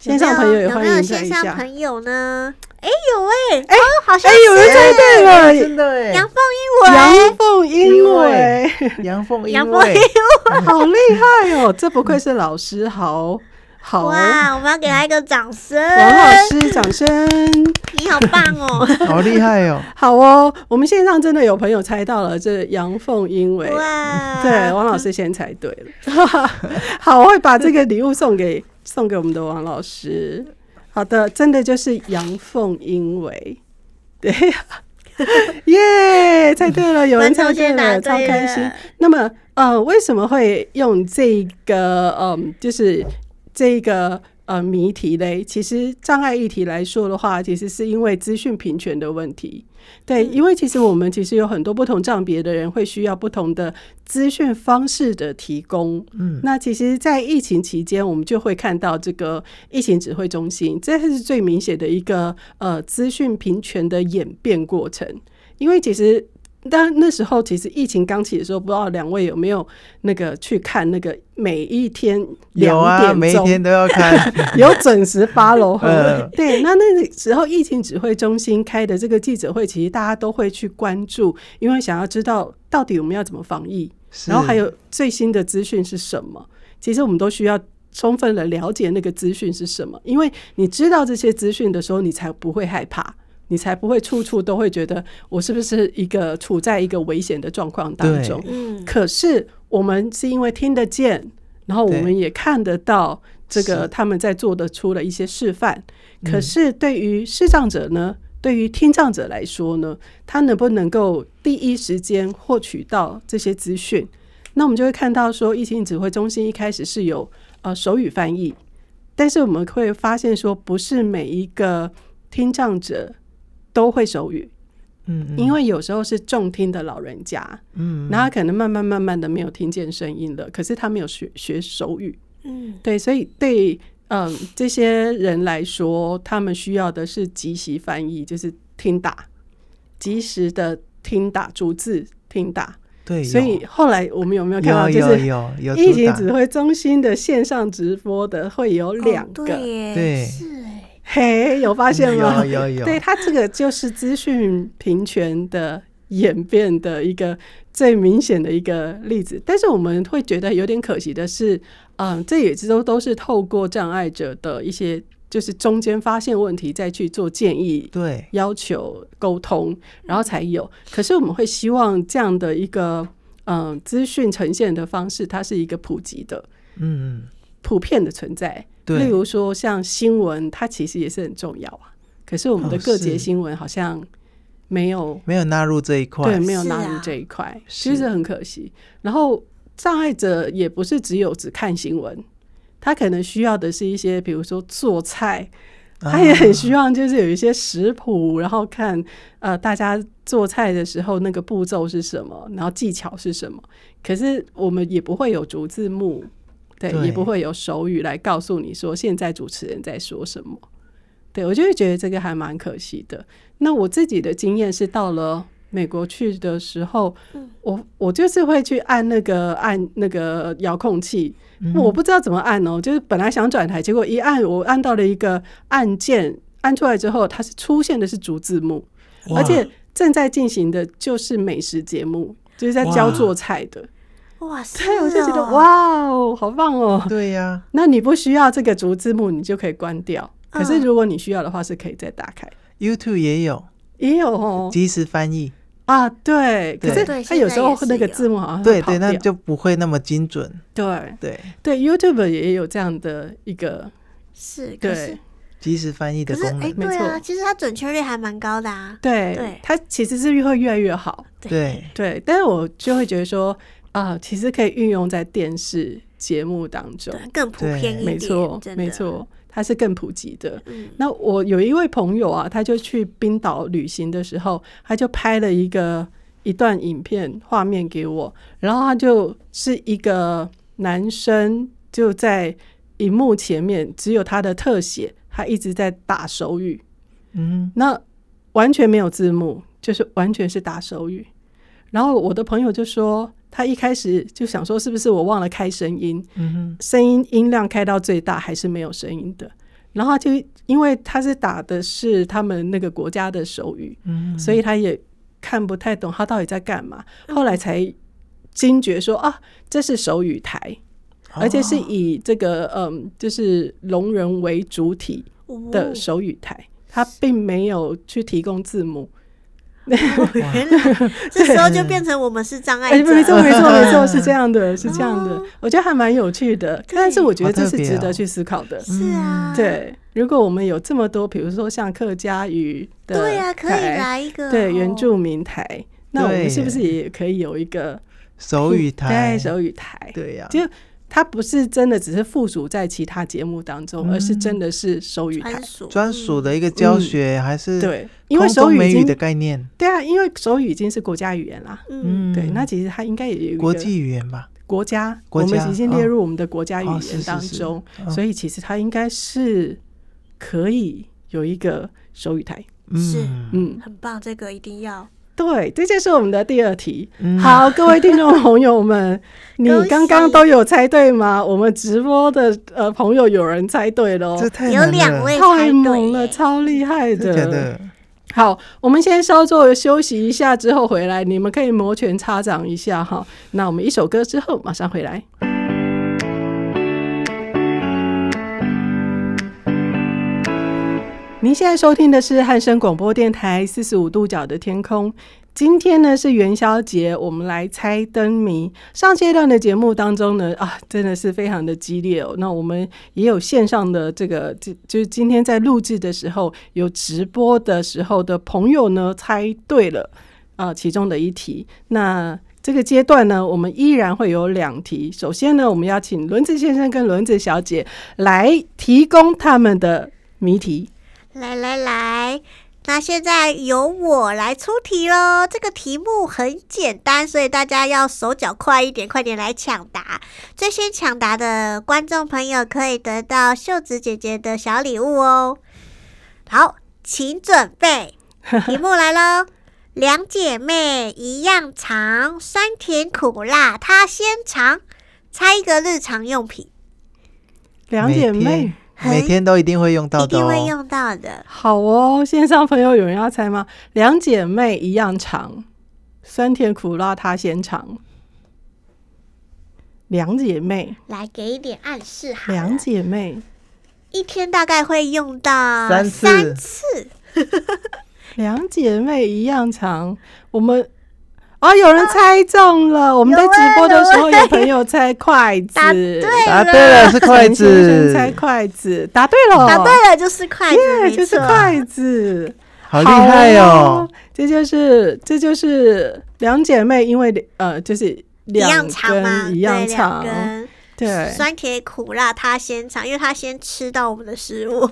Speaker 1: 线上朋友也
Speaker 6: 有
Speaker 1: 欢
Speaker 6: 没有有没有
Speaker 1: 迎猜
Speaker 6: 线
Speaker 1: 一
Speaker 6: 上
Speaker 1: 下。
Speaker 6: 朋友呢？哎，有哎，哦，好
Speaker 1: 哎
Speaker 6: 像，
Speaker 1: 有人猜对了，
Speaker 7: 真的哎，
Speaker 6: 阳
Speaker 7: 阳
Speaker 6: 奉阴违。
Speaker 1: 阳奉阴违，
Speaker 7: 阳奉阴
Speaker 6: 阳奉
Speaker 7: 违，
Speaker 1: 好厉害哦！这不愧是老师，好好，王
Speaker 6: 哇，我们要给他一个掌声！
Speaker 1: 老师，掌声。
Speaker 6: 你好棒
Speaker 1: (laughs)
Speaker 6: 哦！
Speaker 7: (laughs) 好厉害哦！
Speaker 1: 好哦，我们线上真的有朋友猜到了，这阳奉阴违。
Speaker 6: 哇，
Speaker 1: 对，王老师先猜对了。 (laughs) 好，我会把这个礼物送给送给我们的王老师。好的，真的就是阳奉阴违。 (laughs) 对，耶、猜对了，有人猜对了，超
Speaker 6: 观众先答对了
Speaker 1: 开心。那么，呃，为什么会用这个，嗯，就是这个呃谜题嘞？其实障碍议题来说的话，其实是因为资讯平权的问题。对，因为其实我们其实有很多不同障别的人会需要不同的资讯方式的提供。嗯，那其实，在疫情期间，我们就会看到这个呃疫情指挥中心，这是最明显的一个呃资讯平权的演变过程。因为其实但那时候其实疫情刚起的时候，不知道两位有没有那个去看那个每一天
Speaker 7: 有啊，
Speaker 1: 两
Speaker 7: 每
Speaker 1: 点
Speaker 7: 一
Speaker 1: 钟
Speaker 7: 天都要看。
Speaker 1: (laughs) 有准时
Speaker 7: (laughs)
Speaker 1: follow
Speaker 7: 嗯
Speaker 1: 对，那那个时候疫情指挥中心开的这个记者会，其实大家都会去关注，因为想要知道到底我们要怎么防疫，
Speaker 7: 是
Speaker 1: 然后还有最新的资讯是什么。其实我们都需要充分的了解那个资讯是什么，因为你知道这些资讯的时候，你才不会害怕。你才不会处处都会觉得我是不是一个处在一个危险的状况当
Speaker 7: 对
Speaker 1: 中？
Speaker 6: 嗯，
Speaker 1: 可是我们是因为听得见，然后我
Speaker 7: 对
Speaker 1: 们也看得到这个
Speaker 7: 是嗯
Speaker 1: 他们在做的出了一些示范。可是对于视障者呢，对于听障者来说呢，他能不能够第一时间获取到这些资讯？那我们就会看到说，疫情指挥中心一开始是有呃手语翻译，但是我们会发现说，不是每一个听障者都会手语，
Speaker 7: 嗯，嗯
Speaker 1: 因为有时候是重听的老人家，
Speaker 7: 嗯
Speaker 1: 然后他可能慢慢慢慢的没有听见声音了，可是他没有学学手语，嗯，对，所以对嗯这些人来说，他们需要的是即席翻译，就是听打，及时的听打逐字听打。
Speaker 7: 对，
Speaker 1: 所以后来我们有没有看到，
Speaker 7: 有
Speaker 1: 就
Speaker 7: 有
Speaker 1: 是
Speaker 7: 有有
Speaker 1: 疫
Speaker 7: 主
Speaker 1: 情
Speaker 7: 打
Speaker 1: 指挥中心的线上直播的会有两
Speaker 6: 哦
Speaker 1: 个，
Speaker 6: 对耶
Speaker 7: 对
Speaker 6: 是哎，
Speaker 1: 嘿，有发现吗？
Speaker 7: 有有有，
Speaker 1: (laughs) 对，它这个就是资讯平权的演变的一个最明显的一个例子。但是我们会觉得有点可惜的是，嗯，这也都都是透过障碍者的一些，就是中间发现问题再去做建议。
Speaker 7: 对
Speaker 1: 要求沟通，然后才有。可是我们会希望这样的一个嗯资讯呈现的方式，它是一个普及的，
Speaker 7: 嗯嗯
Speaker 1: 普遍的存在。
Speaker 7: 对，
Speaker 1: 例如说像新闻，它其实也是很重要啊。可是我们的
Speaker 7: 哦
Speaker 1: 各节
Speaker 7: 是
Speaker 1: 新闻好像没有、
Speaker 7: 没有纳入这一块，
Speaker 1: 对没有
Speaker 6: 是
Speaker 1: 纳入
Speaker 6: 啊
Speaker 1: 这一块，
Speaker 7: 是
Speaker 1: 就是很可惜。然后障碍者也不是只有只看新闻，他可能需要的是一些，比如说做菜，
Speaker 7: 啊
Speaker 1: 他也很希望就是有一些食谱，然后看呃大家做菜的时候那个步骤是什么，然后技巧是什么。可是我们也不会有逐字幕，对，
Speaker 7: 对
Speaker 1: 也不会有手语来告诉你说现在主持人在说什么。对我就会觉得这个还蛮可惜的。那我自己的经验是到了。美国去的时候，我我就是会去按那个按那个遥控器，
Speaker 7: 嗯
Speaker 1: 我不知道怎么按哦，就是本来想转台，结果一按我按到了一个按键，按出来之后它是出现的是逐字幕，
Speaker 7: 哇
Speaker 1: 而且正在进行的就是美食节目，就是在教
Speaker 7: 哇
Speaker 1: 做菜的，
Speaker 6: 哇塞，
Speaker 1: 对，我就觉得
Speaker 6: 哦，
Speaker 1: 哇哦，好棒哦！
Speaker 7: 对呀，
Speaker 1: 那你不需要这个逐字幕，你就可以关掉。可是
Speaker 6: 嗯
Speaker 1: 如果你需要的话，是可以再打开，
Speaker 7: YouTube 也有
Speaker 1: 也有哦
Speaker 7: 即时翻译，
Speaker 1: 啊，对。可
Speaker 7: 对
Speaker 1: 是
Speaker 6: 对
Speaker 1: 它
Speaker 6: 现
Speaker 1: 有
Speaker 6: 在
Speaker 1: 时候
Speaker 6: 也是
Speaker 1: 那个
Speaker 6: 有
Speaker 1: 字幕好像会
Speaker 7: 对
Speaker 1: 哦跑
Speaker 7: 对，那
Speaker 1: 掉
Speaker 7: 就不会那么精准，
Speaker 1: 对
Speaker 7: 对，
Speaker 1: 对，YouTube 也有这样的一个
Speaker 6: 是，可是
Speaker 1: 对。
Speaker 7: 即时翻译
Speaker 6: 可
Speaker 7: 的
Speaker 6: 是
Speaker 7: 功
Speaker 6: 哎，
Speaker 7: 能，
Speaker 1: 没
Speaker 6: 对啊，
Speaker 1: 错
Speaker 6: 其实它准确率还蛮高的啊。
Speaker 1: 对，
Speaker 6: 对
Speaker 1: 它其实是会越来越好。
Speaker 7: 对，
Speaker 1: 对，但是我就会觉得说，啊、其实可以运用在电视节目当中
Speaker 6: 对，，啊更普
Speaker 7: 对
Speaker 6: 遍一点，
Speaker 1: 没错
Speaker 6: 真，的
Speaker 1: 没。错，它是更普及的。
Speaker 6: 嗯，
Speaker 1: 那我有一位朋友啊，他就去冰岛旅行的时候，他就拍了一个一段影片画面给我，然后他就是一个男生就在荧幕前面，只有他的特写，他一直在打手语，
Speaker 7: 嗯，
Speaker 1: 那完全没有字幕，就是完全是打手语。然后我的朋友就说，他一开始就想说，是不是我忘了开声音？
Speaker 7: 嗯哼，
Speaker 1: 声音音量开到最大还是没有声音的。然后他就因为他是打的是他们那个国家的手语，
Speaker 7: 嗯
Speaker 1: 所以他也看不太懂他到底在干嘛。后来才惊觉说啊，这是手语台，
Speaker 7: 啊
Speaker 1: 而且是以这个嗯，就是聋人为主体
Speaker 6: 哦
Speaker 7: 哦
Speaker 1: 的手语台，他并没有去提供字幕。
Speaker 6: (laughs) 原来这时候就变成我们是障碍
Speaker 1: 哎，
Speaker 6: 者，
Speaker 1: 没错，没错，
Speaker 7: (laughs)
Speaker 1: 没错，是这样的，是这样的，我觉得还蛮有趣的。但是我觉得这
Speaker 7: 哦好特
Speaker 1: 是
Speaker 7: 别
Speaker 1: 值
Speaker 7: 哦
Speaker 1: 得去思考的。
Speaker 6: 是
Speaker 7: 嗯
Speaker 6: 啊，
Speaker 1: 对，如果我们有这么多，比如说像客家语的
Speaker 6: 对啊，可以
Speaker 1: 台
Speaker 6: 来一个
Speaker 1: 对原
Speaker 6: 哦
Speaker 1: 住民台，那我
Speaker 7: 对
Speaker 1: 们是不是也可以有一个
Speaker 7: 手语台，
Speaker 1: 对手语台？
Speaker 7: 对呀，
Speaker 1: 就它不是真的只是附属在其他节目当中，
Speaker 7: 嗯
Speaker 1: 而是真的是手语台
Speaker 6: 哦专。属
Speaker 7: 专属的一个教学还是
Speaker 1: 对，因为
Speaker 7: 空
Speaker 1: 手
Speaker 7: 中
Speaker 1: 语
Speaker 7: 美
Speaker 1: 已
Speaker 7: 语
Speaker 1: 经
Speaker 7: 的概念，
Speaker 1: 对啊，因为手语已经是国家语言啦。
Speaker 6: 嗯，
Speaker 7: 嗯，
Speaker 1: 对，那其实它应该也有一个
Speaker 7: 国际语言吧，
Speaker 1: 国家，
Speaker 7: 国
Speaker 1: 我
Speaker 7: 家
Speaker 1: 们已经列入我们的国家语
Speaker 7: 哦是是
Speaker 1: 言
Speaker 7: 是
Speaker 1: 当中，
Speaker 7: 嗯
Speaker 1: 所以其实它应该是可以有一个手语台。
Speaker 6: 是
Speaker 7: 嗯，
Speaker 1: 嗯，
Speaker 6: 很棒，这个一定要
Speaker 1: 对，这就是我们的第二题。
Speaker 7: 嗯
Speaker 1: 好，各位听众朋友们，你
Speaker 6: 恭喜
Speaker 1: 刚刚都有猜对吗？我们直播的呃朋友有人猜对喽，
Speaker 7: 这太
Speaker 6: 有
Speaker 7: 难
Speaker 6: 两
Speaker 7: 了
Speaker 6: 位
Speaker 1: 太
Speaker 6: 猜
Speaker 1: 猛了，
Speaker 6: 对耶，
Speaker 1: 超厉害
Speaker 7: 真的假的？
Speaker 1: 好，我们先稍作休息一下，之后回来，你们可以摩拳擦掌一下哈。那我们一首歌之后马上回来。您现在收听的是汉声广播电台四十五度角的天空。今天呢是元宵节，我们来猜灯谜。上阶段的节目当中呢，啊，真的是非常的激烈哦。那我们也有线上的这个，就就是今天在录制的时候，有直播的时候的朋友呢猜对了啊、其中的一题。那这个阶段呢，我们依然会有两题。首先呢，我们要请轮子先生跟轮子小姐来提供他们的谜题。
Speaker 6: 来来来。那现在由我来出题喽。这个题目很简单，所以大家要手脚快一点，快点来抢答。最先抢答的观众朋友可以得到秀子姐姐的小礼物哦。好，请准备， (laughs) 题目来喽。两姐妹一样长，酸甜苦辣她先尝。猜一个日常用品，
Speaker 1: 两
Speaker 7: 每
Speaker 1: 姐妹
Speaker 7: 天，每天都一定会用到
Speaker 6: 一
Speaker 7: 的
Speaker 6: 定会
Speaker 7: 哦。
Speaker 6: 用到的。
Speaker 1: 好哦，线上朋友有人要猜吗？两姐妹一样长，酸甜苦辣她先尝。两姐妹，
Speaker 6: 来，给一点暗示好了
Speaker 1: 两姐妹，
Speaker 6: 一天大概会用到
Speaker 7: 三次
Speaker 6: 三次
Speaker 1: 两姐妹一样长。我们啊、有人猜中了。我们在
Speaker 6: 有
Speaker 1: 直播的时候
Speaker 6: 有
Speaker 1: 有朋友猜筷子，
Speaker 6: 答对
Speaker 7: 答啊对了，是 (laughs) 筷
Speaker 1: 陈先生
Speaker 7: 子，
Speaker 1: 猜筷子，答对了，
Speaker 6: 答对了就是筷子，
Speaker 1: 对，
Speaker 6: 没
Speaker 1: 就是
Speaker 6: 错
Speaker 1: 筷子。
Speaker 7: 好厉害哦！！
Speaker 1: 这就是这就是两姐妹，因为呃，就是
Speaker 6: 一
Speaker 1: 两
Speaker 6: 样长吗？
Speaker 1: 根一样
Speaker 6: 对
Speaker 1: 长，
Speaker 6: 两
Speaker 1: 对
Speaker 6: 根，酸甜苦辣他先尝，因为他先吃到我们的
Speaker 1: (laughs)
Speaker 6: 食物，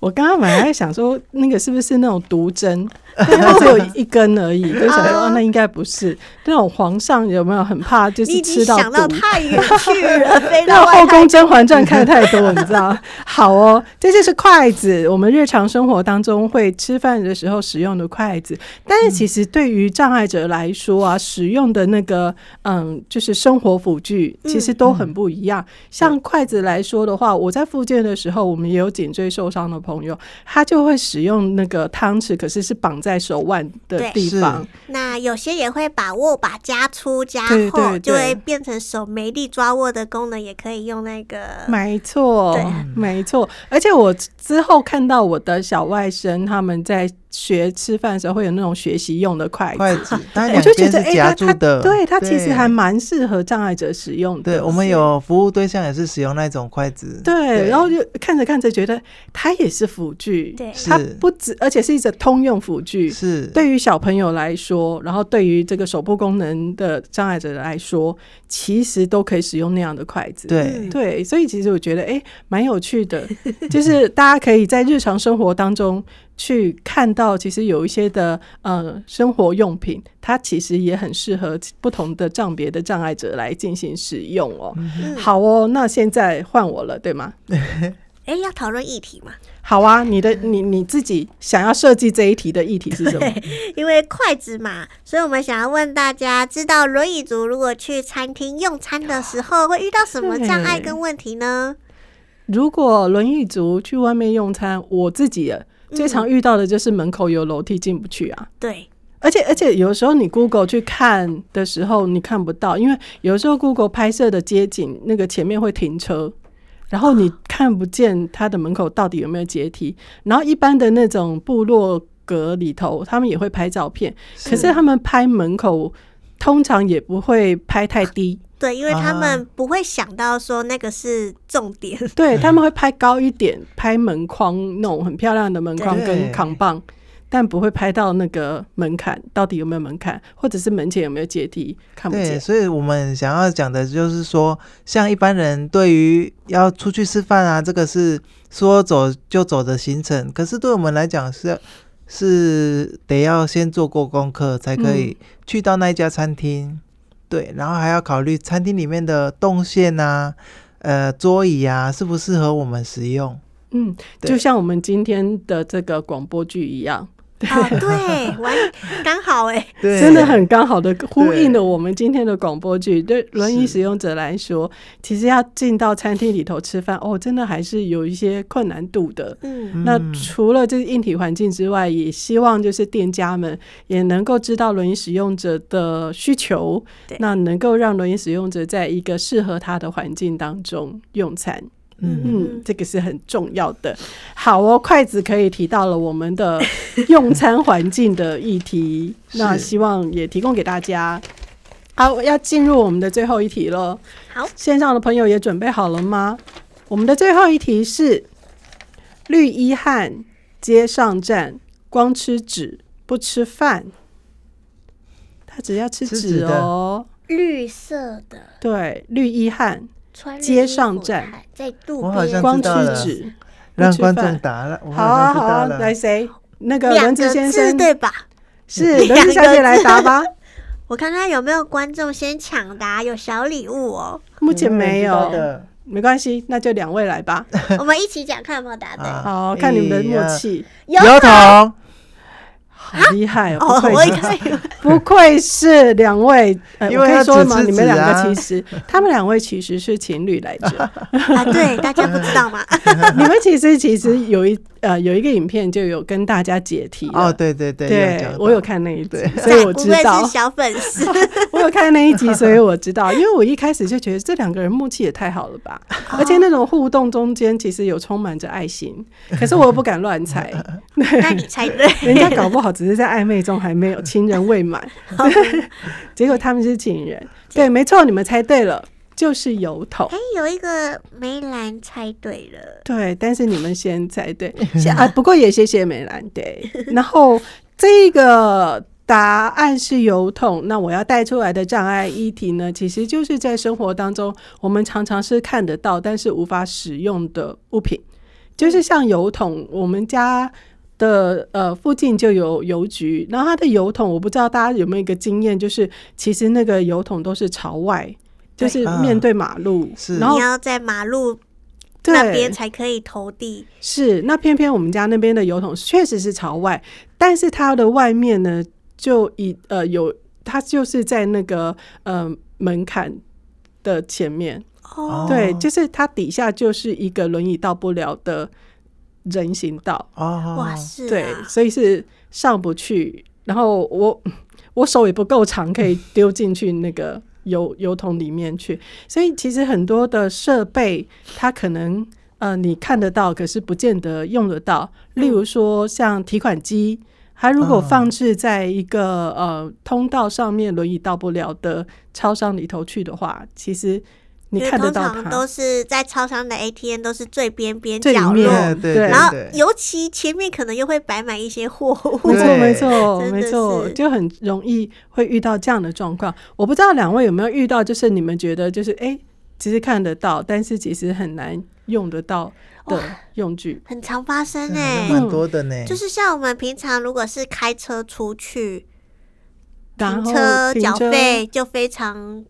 Speaker 1: 我刚刚本来想说那个是不是那种毒
Speaker 6: (laughs)
Speaker 1: 针，但它只有一根而已，就想说、
Speaker 6: 啊
Speaker 1: 哦、那应该不是。那种皇上有没有很怕就
Speaker 6: 你
Speaker 1: 是
Speaker 6: 已经
Speaker 1: 吃到
Speaker 6: 想到
Speaker 1: 毒？
Speaker 6: 太远去了，飞
Speaker 1: (laughs) 那
Speaker 6: 到
Speaker 1: 个
Speaker 6: 外
Speaker 1: 后
Speaker 6: 太
Speaker 1: 宫《甄嬛
Speaker 6: (laughs)
Speaker 1: 传》看太多，你知道？好哦，这就是筷子，我们日常生活当中会吃饭的时候使用的筷子。但是其实对于障碍者来说啊，使用的那个嗯，就是生活辅具，
Speaker 6: 嗯
Speaker 1: 其实都很不一样。像筷子来说的话，我在复健的时候，我们也有颈椎受伤的朋友，他就会使用那个汤匙，可是是绑在手腕的
Speaker 6: 对
Speaker 1: 地
Speaker 7: 是
Speaker 1: 方。
Speaker 6: 那有些也会把握把加粗加
Speaker 1: 对对
Speaker 6: 厚，
Speaker 1: 对
Speaker 6: 就会变成手没力抓握的功能，也可以用那个
Speaker 1: 没错
Speaker 6: 对，
Speaker 1: 没错。而且我之后看到我的小外甥他们在学吃饭的时候，会有那种学习用的筷子，
Speaker 7: (laughs) 筷子，它
Speaker 1: 我
Speaker 7: 两
Speaker 1: 就觉
Speaker 7: 边
Speaker 1: 得
Speaker 7: 是
Speaker 1: 哎，
Speaker 7: 夹
Speaker 1: 它
Speaker 7: 住的，
Speaker 1: 它对它其实还蛮适合障碍者使用的。
Speaker 7: 对。我们有服务对象也是使用那种筷子，
Speaker 1: 对，然后就看着看着觉得它也是辅具，
Speaker 6: 对
Speaker 1: 它
Speaker 7: 是
Speaker 1: 不止，而且是一种通用辅具。
Speaker 7: 是
Speaker 1: 对于小朋友来说，然后对于这个手部功能的障碍者来说，其实都可以使用那样的筷子。
Speaker 7: 对
Speaker 1: 对，所以其实我觉得哎，诶蛮、有趣的， (laughs) 就是大家可以在日常生活当中去看到，其实有一些的呃生活用品，它其实也很适合不同的障别的障碍者来进行使用哦。好哦，那现在换我了，对吗？
Speaker 6: 哎，要讨论议题嘛？
Speaker 1: 好啊，你的你你自己想要设计这一题的议题是什么？
Speaker 6: 因为筷子嘛，所以我们想要问大家，知道轮椅族如果去餐厅用餐的时候，会遇到什么障碍跟问题呢？
Speaker 1: 如果轮椅族去外面用餐，我自己也最常遇到的就是门口有楼梯进不去啊。
Speaker 6: 对，
Speaker 1: 而且而且有时候你 Google 去看的时候，你看不到，因为有时候 Google 拍摄的街景那个前面会停车，然后你看不见它的门口到底有没有阶梯。然后一般的那种部落格里头，他们也会拍照片，可是他们拍门口通常也不会拍太低，
Speaker 6: 对，因为他
Speaker 7: 啊
Speaker 1: 哦
Speaker 6: 们不会想到说那个是重点，
Speaker 7: 嗯
Speaker 1: 对他们会拍高一点，拍门框那种很漂亮的门框
Speaker 7: 对
Speaker 1: 跟扛棒。但不会拍到那个门槛，到底有没有门槛，或者是门前有没有阶梯，看不见
Speaker 7: 对，。所以我们想要讲的就是说，像一般人对于要出去吃饭啊，这个是说走就走的行程，可是对我们来讲是是得要先做过功课才可以
Speaker 1: 嗯
Speaker 7: 去到那一家餐厅，对，然后还要考虑餐厅里面的动线啊，呃，桌椅啊，适不适合我们使用，
Speaker 1: 嗯，
Speaker 7: 对
Speaker 1: 就像我们今天的这个广播剧一样，
Speaker 6: 哦，对，完刚好哎、
Speaker 7: 对，
Speaker 1: 真的很刚好的呼应了我们今天的广播剧。对轮椅
Speaker 7: 是
Speaker 1: 使用者来说，其实要进到餐厅里头吃饭，哦，真的还是有一些困难度的。
Speaker 6: 嗯，
Speaker 7: 嗯
Speaker 1: 那除了这硬体环境之外，也希望就是店家们也能够知道轮椅使用者的需求
Speaker 6: 对，
Speaker 1: 那能够让轮椅使用者在一个适合他的环境当中用餐。
Speaker 7: 嗯
Speaker 1: 嗯，这个是很重要的。好哦，筷子可以提到了我们的用餐环境的议题，
Speaker 7: (laughs) 是
Speaker 1: 那希望也提供给大家。好，要进入我们的最后一题了。
Speaker 6: 好，
Speaker 1: 线上的朋友也准备好了吗？我们的最后一题是：绿衣汉街上站，光吃纸不吃饭。他只要吃
Speaker 7: 吃
Speaker 1: 纸
Speaker 7: 纸的
Speaker 1: 哦。
Speaker 6: 绿色的
Speaker 1: 对，绿衣汉
Speaker 6: 穿
Speaker 1: 街上站
Speaker 6: 站在路
Speaker 7: 我好像
Speaker 1: 光
Speaker 7: 知
Speaker 1: 吃
Speaker 7: 道了
Speaker 1: 纸。
Speaker 7: 让
Speaker 1: 吃
Speaker 7: 观
Speaker 1: 饭
Speaker 7: 众答了，我
Speaker 1: 好啊，
Speaker 7: 像知
Speaker 1: 好
Speaker 7: 道
Speaker 1: 啊，
Speaker 7: 了。
Speaker 1: 来谁？那个
Speaker 6: 两
Speaker 1: 轮
Speaker 6: 个
Speaker 1: 子先
Speaker 6: 字
Speaker 1: 生
Speaker 6: 对吧？
Speaker 1: 是
Speaker 6: 两
Speaker 1: 轮子小姐
Speaker 6: 个
Speaker 1: 来
Speaker 6: 字
Speaker 1: 答吧。
Speaker 6: 我看看有没有观众先抢答，有小礼物哦。
Speaker 1: 目前
Speaker 7: 有人
Speaker 1: 没
Speaker 7: 知道
Speaker 1: 有，
Speaker 7: 的
Speaker 1: 没关系，那就两位来吧。
Speaker 6: 我们一起讲，看有没有答对。
Speaker 7: 啊
Speaker 1: 好，看你们的
Speaker 7: 哎呀
Speaker 1: 默契，
Speaker 6: 有
Speaker 7: 油桶，
Speaker 1: 好厉害
Speaker 6: 哦
Speaker 1: 哦！不，
Speaker 6: 我
Speaker 1: 愧
Speaker 6: 一
Speaker 1: 是
Speaker 6: 开始
Speaker 1: 不愧是两位，呃，
Speaker 7: 因
Speaker 1: 我
Speaker 7: 为
Speaker 1: 可以
Speaker 7: 他
Speaker 1: 说
Speaker 7: 只
Speaker 1: 吗？
Speaker 7: 吃
Speaker 1: 你们
Speaker 7: 纸
Speaker 1: 两
Speaker 7: 啊
Speaker 1: 个其实，他们两位其实是情侣来着。
Speaker 6: 啊，对，大家不知道
Speaker 7: (laughs)
Speaker 6: 吗？
Speaker 1: 你们其实其实有一呃有一个影片就有跟大家解题
Speaker 7: 哦，
Speaker 1: 了，
Speaker 7: 对对对，
Speaker 1: 对
Speaker 7: 讲，到
Speaker 1: 我有看那一集，所以
Speaker 6: 在
Speaker 1: 我
Speaker 6: 不
Speaker 1: 知
Speaker 6: 愧
Speaker 1: 道
Speaker 6: 是。小粉
Speaker 1: (laughs)
Speaker 6: 丝
Speaker 1: 我有看那一集，所以我知道，因为我一开始就觉得这两个人默契也太好了吧，而且那种互动中间其实有充满着爱心，可是我又不敢乱猜，
Speaker 6: 那你猜对。
Speaker 1: (laughs) 人家搞不好只是在暧昧中还没有情人未满， (laughs) 结果他们是情人，对，没错，你们猜对了，就是油桶
Speaker 6: 哎。，有一个梅兰猜对了，
Speaker 1: 对，但是你们先猜对是啊，不过也谢谢美兰对。然后这个答案是油桶，那我要带出来的障碍议题呢，其实就是在生活当中我们常常是看得到，但是无法使用的物品，就是像油桶，我们家。的呃，附近就有邮局，然后它的油桶，我不知道大家有没有一个经验，就是其实那个油桶都是朝外，就是
Speaker 7: 对
Speaker 1: 面
Speaker 7: 嗯
Speaker 1: 对马路，
Speaker 7: 是
Speaker 1: 然
Speaker 6: 你
Speaker 1: 后
Speaker 6: 要在马路
Speaker 1: 对
Speaker 6: 那边才可以投递。
Speaker 1: 是，那偏偏我们家那边的油桶确实是朝外，但是它的外面呢，就以呃有它就是在那个呃门槛的前面，
Speaker 6: 哦，
Speaker 1: 对，就是它底下就是一个轮椅到不了的人行道，
Speaker 7: 哦，
Speaker 6: 哇，是
Speaker 1: 对，
Speaker 6: 啊，
Speaker 1: 所以是上不去。然后我 (laughs) 我手也不够长，可以丢进去那个油油桶里面去。所以其实很多的设备，它可能呃你看得到，可是不见得用得到。例如说像提款机。它如果
Speaker 7: 哦
Speaker 1: 放置在一个、呃通道上面，轮椅到不了的超商里头去的话，其实你
Speaker 6: 因为
Speaker 1: 看得
Speaker 6: 通
Speaker 1: 到
Speaker 6: 常
Speaker 1: 它。
Speaker 6: 都是在超商的 ATM 都是最边边
Speaker 1: 最里
Speaker 6: 角
Speaker 1: 面
Speaker 6: 落，
Speaker 7: 对对
Speaker 1: 对
Speaker 7: 对，
Speaker 6: 然后
Speaker 7: 对
Speaker 6: 尤其前面可能又会摆满一些货物。 (laughs)
Speaker 1: 没错，没错，
Speaker 6: 真
Speaker 7: 对
Speaker 6: 的
Speaker 1: 没错，
Speaker 6: 是
Speaker 1: 就很容易会遇到这样的状况。我不知道两位有没有遇到，就是你们觉得就是哎、诶其实看得到，但是其实很难用得到的用具。
Speaker 6: 很常发生
Speaker 7: 真的
Speaker 6: 哎、
Speaker 7: 是蛮多的呢，
Speaker 6: 就是像我们平常如果是开车出去，
Speaker 1: 然
Speaker 6: 停
Speaker 1: 后
Speaker 6: 车
Speaker 1: 停
Speaker 6: 缴
Speaker 1: 车
Speaker 6: 费就非常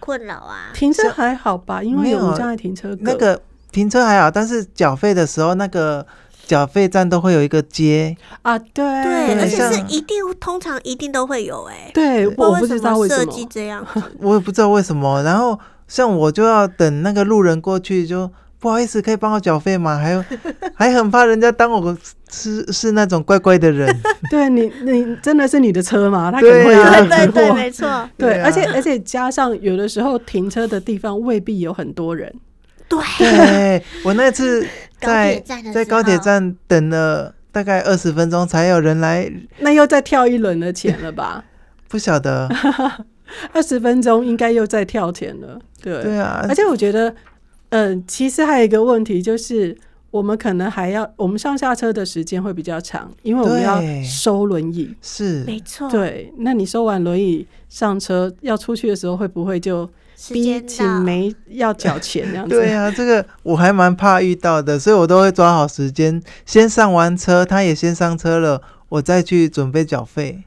Speaker 6: 困扰啊。
Speaker 1: 停车还好吧，因为
Speaker 7: 没
Speaker 1: 有
Speaker 7: 有
Speaker 1: 无障碍停车格。
Speaker 7: 那个停车还好，但是缴费的时候，那个缴费站都会有一个街，
Speaker 1: 啊，对
Speaker 6: 对，而且
Speaker 7: 像
Speaker 6: 是一定通常一定都会有哎、
Speaker 1: 对，我不知道为什
Speaker 6: 设
Speaker 1: 么
Speaker 6: 计这样，
Speaker 7: 我也不知道为什么。然后像我就要等那个路人过去就，不好意思，可以帮我缴费
Speaker 6: (laughs)
Speaker 7: 吗？还有还很怕人家当我是是那种怪怪
Speaker 6: (laughs)
Speaker 7: 的人，
Speaker 1: (laughs) 对你，你真的是你的车吗？他可能会
Speaker 7: 对
Speaker 1: 有
Speaker 7: 啊
Speaker 1: 很
Speaker 6: 对
Speaker 1: 多
Speaker 6: 对对，没错，
Speaker 1: (laughs) 对
Speaker 7: 对啊
Speaker 1: 而且而且加上有的时候停车的地方未必有很多人，
Speaker 6: 对，
Speaker 7: 对我那次
Speaker 6: 高铁
Speaker 7: 在
Speaker 6: 站的
Speaker 7: 在
Speaker 6: 时
Speaker 7: 高铁
Speaker 6: 候
Speaker 7: 站等了大概二十分钟，才有人来，
Speaker 1: 那又再跳一轮的钱了吧？
Speaker 7: 不晓得。
Speaker 1: 二十分钟应该又在跳钱了，对。
Speaker 7: 对啊，
Speaker 1: (laughs) 而且我觉得，嗯、其实还有一个问题就是，我们可能还要我们上下车的时间会比较长，因为我们
Speaker 7: 对嗯
Speaker 1: 要收轮椅。
Speaker 7: 是
Speaker 6: 没错，
Speaker 1: 对，那你收完轮椅上车要出去的时候，会不会就
Speaker 6: 时
Speaker 1: 逼
Speaker 6: 间
Speaker 1: 请
Speaker 6: 到，
Speaker 1: 没要缴钱那
Speaker 6: (laughs)
Speaker 1: 样子？
Speaker 7: 对啊，这个我还蛮怕遇到的，所以我都会抓好时间，先上完车，他也先上车了，我再去准备缴费。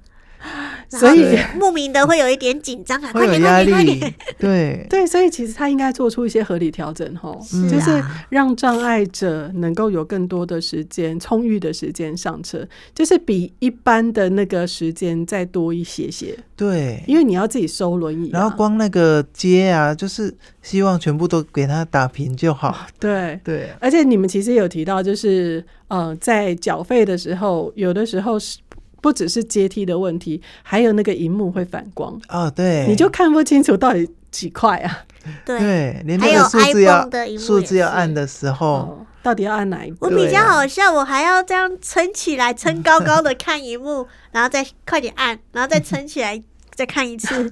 Speaker 6: 然
Speaker 1: 所
Speaker 6: 后
Speaker 1: 以 (laughs)
Speaker 6: 莫名的会有一点紧张啊，快
Speaker 7: 会有
Speaker 6: 点
Speaker 7: 压
Speaker 6: 快点快点，
Speaker 7: 力，对，
Speaker 1: 对，所以其实他应该做出一些合理调整吼，
Speaker 6: 是
Speaker 1: 就是
Speaker 6: 啊
Speaker 1: 让障碍者能够有更多的时间、充裕的时间上车，就是比一般的那个时间再多一些些，
Speaker 7: 对，
Speaker 1: 因为你要自己收轮椅、啊，
Speaker 7: 哎然后光那个街啊，就是希望全部都给他打平就
Speaker 6: 哦
Speaker 7: 好。
Speaker 1: 对。
Speaker 7: 对啊，
Speaker 1: 而且你们其实也有提到，就是呃，在缴费的时候，有的时候是不只是阶梯的问题，还有那个荧幕会反光，
Speaker 7: 哦，对，
Speaker 1: 你就看不清楚到底几块啊，
Speaker 6: 对。
Speaker 7: 对，连
Speaker 6: 还
Speaker 7: 那
Speaker 6: 有
Speaker 7: 个数字要
Speaker 6: iPhone 的荧幕
Speaker 7: 数
Speaker 6: 也
Speaker 7: 字要
Speaker 6: 是
Speaker 7: 按的时候，
Speaker 1: 哦，到底要按哪一
Speaker 6: 我
Speaker 1: 个？
Speaker 6: 比
Speaker 7: 对
Speaker 6: 较
Speaker 7: 啊
Speaker 6: 好笑，我还要这样撑起来，撑高高的看一幕，然后再快点按，然后再撑起
Speaker 1: (laughs)
Speaker 6: 来，再看一次。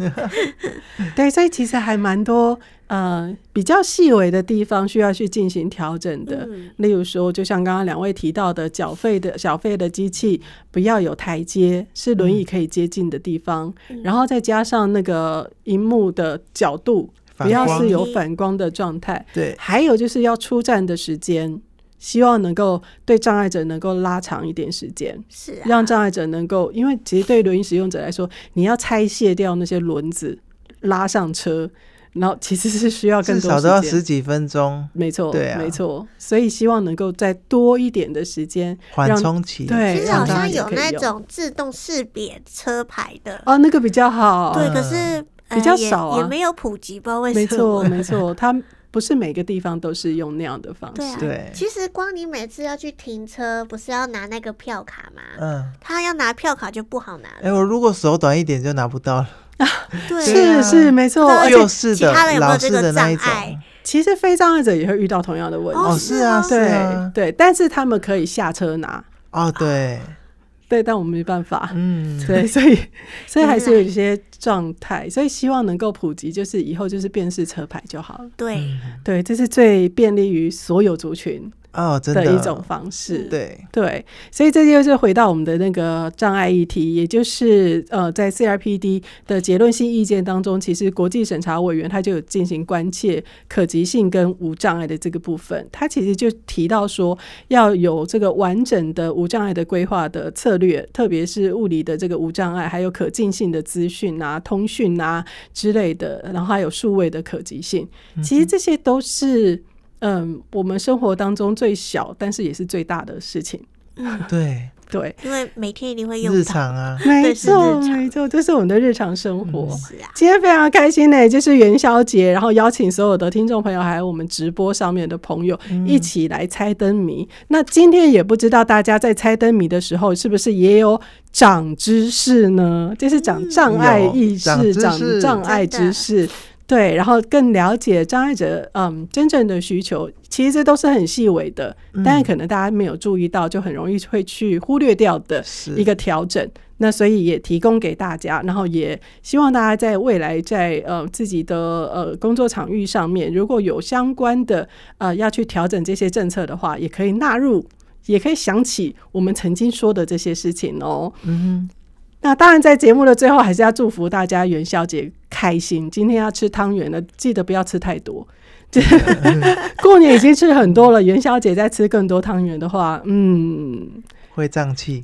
Speaker 1: 对，所以其实还蛮多呃比较细微的地方需要去进行调整的。
Speaker 6: 嗯
Speaker 1: 例如说，就像刚刚两位提到的，缴费的小费的机器不要有台阶，是轮椅可以接近的地方，然后再加上那个荧幕的角度，
Speaker 7: 反
Speaker 1: 不要
Speaker 7: 光
Speaker 1: 是有反光的状态。
Speaker 7: 对
Speaker 1: 还有就是要出站的时间，希望能够对障碍者能够拉长一点时间。
Speaker 6: 是啊，
Speaker 1: 让障碍者能够，因为其实对轮椅使用者来说，你要拆卸掉那些轮子拉上车，然后其实是需要更
Speaker 7: 至
Speaker 1: 多
Speaker 7: 少都要
Speaker 1: 时
Speaker 7: 十
Speaker 1: 间。
Speaker 7: 几分钟
Speaker 1: 没错，
Speaker 7: 对啊
Speaker 1: 没错，所以希望能够再多一点的时间
Speaker 7: 缓
Speaker 1: 让
Speaker 7: 冲期。
Speaker 1: 对，
Speaker 6: 其实
Speaker 1: 让
Speaker 6: 好
Speaker 1: 障碍
Speaker 6: 像
Speaker 1: 者
Speaker 6: 有
Speaker 1: 可以
Speaker 6: 那
Speaker 1: 用
Speaker 6: 种自动识别车牌的，
Speaker 1: 哦，那个比较好，
Speaker 6: 对，
Speaker 7: 嗯
Speaker 6: 可是、呃、
Speaker 1: 比较少啊
Speaker 6: 也，也没有普及，不知道为
Speaker 1: 没
Speaker 6: 什么
Speaker 1: 错。没错，它不是每个地方都是用那样的方
Speaker 6: 对
Speaker 1: 式
Speaker 6: 啊，，
Speaker 7: 对
Speaker 6: 其实光你每次要去停车，不是要拿那个票卡吗？
Speaker 7: 嗯，
Speaker 6: 他要拿票卡就不好拿
Speaker 7: 哎、
Speaker 6: 了，
Speaker 7: 我如果手短一点就拿不到了，
Speaker 6: 对
Speaker 7: 对
Speaker 1: 是
Speaker 7: 啊
Speaker 1: 是没错，哦
Speaker 7: (laughs)
Speaker 1: 而且
Speaker 7: 就是
Speaker 6: 其他人
Speaker 7: 的，
Speaker 6: 有没有
Speaker 7: 老
Speaker 6: 这
Speaker 7: 式
Speaker 6: 个
Speaker 7: 的那一
Speaker 6: 障碍
Speaker 7: 种，
Speaker 1: 其实非障碍者也会遇到同样的问题，
Speaker 7: 哦，是啊，是
Speaker 1: 对、
Speaker 7: 啊，
Speaker 1: 对，但是他们可以下车拿，
Speaker 7: 哦，对，
Speaker 1: 对，但我们没办法，
Speaker 7: 嗯，
Speaker 1: 对，所
Speaker 7: (laughs)
Speaker 1: 以所以还是
Speaker 6: 原
Speaker 1: 有
Speaker 6: 来
Speaker 1: 一些状态，所以希望能够普及，就是以后就是辨识车牌就好了。
Speaker 6: 对，
Speaker 1: 对，这是最便利于所有族群
Speaker 7: 哦，真
Speaker 1: 的
Speaker 7: 的
Speaker 1: 一种，方式。
Speaker 7: 对，
Speaker 1: 对，所以这就是回到我们的那个障碍议题，也就是呃，在 CRPD 的结论性意见当中，其实国际审查委员他就有进行关切可及性跟无障碍的这个部分，他其实就提到说要有这个完整的无障碍的规划的策略，特别是物理的这个无障碍，还有可进性的资讯啊、通讯啊之类的，然后还有数位的可及性，其实这些都是。嗯，我们生活当中最小，但是也是最大的事情。
Speaker 7: 对，
Speaker 1: 对，
Speaker 6: 因为每天一定会用
Speaker 7: 日
Speaker 6: 到。
Speaker 7: 常啊，
Speaker 1: (laughs) 没
Speaker 6: 对是日
Speaker 1: 错，
Speaker 6: 常
Speaker 1: 没错，这是我们的日常生活。
Speaker 6: 是啊，
Speaker 1: 今天非常开心呢、就是元宵节，然后邀请所有的听众朋友，还有我们直播上面的朋友、
Speaker 6: 嗯
Speaker 1: 一起来猜灯谜。那今天也不知道大家在猜灯谜的时候，是不是也有长知识呢？就是长障碍
Speaker 7: 有
Speaker 1: 意识、
Speaker 7: 长知
Speaker 1: 长
Speaker 7: 识
Speaker 1: 障碍
Speaker 6: 嗯真
Speaker 1: 知
Speaker 6: 的
Speaker 1: 识。对，然后更了解障碍者，嗯，真正的需求，其实这都是很细微的，
Speaker 6: 嗯
Speaker 1: 但是可能大家没有注意到，就很容易会去忽略掉的
Speaker 7: 是
Speaker 1: 一个调整。那所以也提供给大家，然后也希望大家在未来在呃自己的呃工作场域上面，如果有相关的呃要去调整这些政策的话，也可以纳入，也可以想起我们曾经说的这些事情哦。
Speaker 7: 嗯
Speaker 1: 那当然，在节目的最后，还是要祝福大家元宵节开心。今天要吃汤圆了，记得不要吃太
Speaker 7: (laughs)
Speaker 1: 多。过年已经吃很多了，元宵节再吃更多汤圆的话，嗯，
Speaker 7: 哼，会胀气，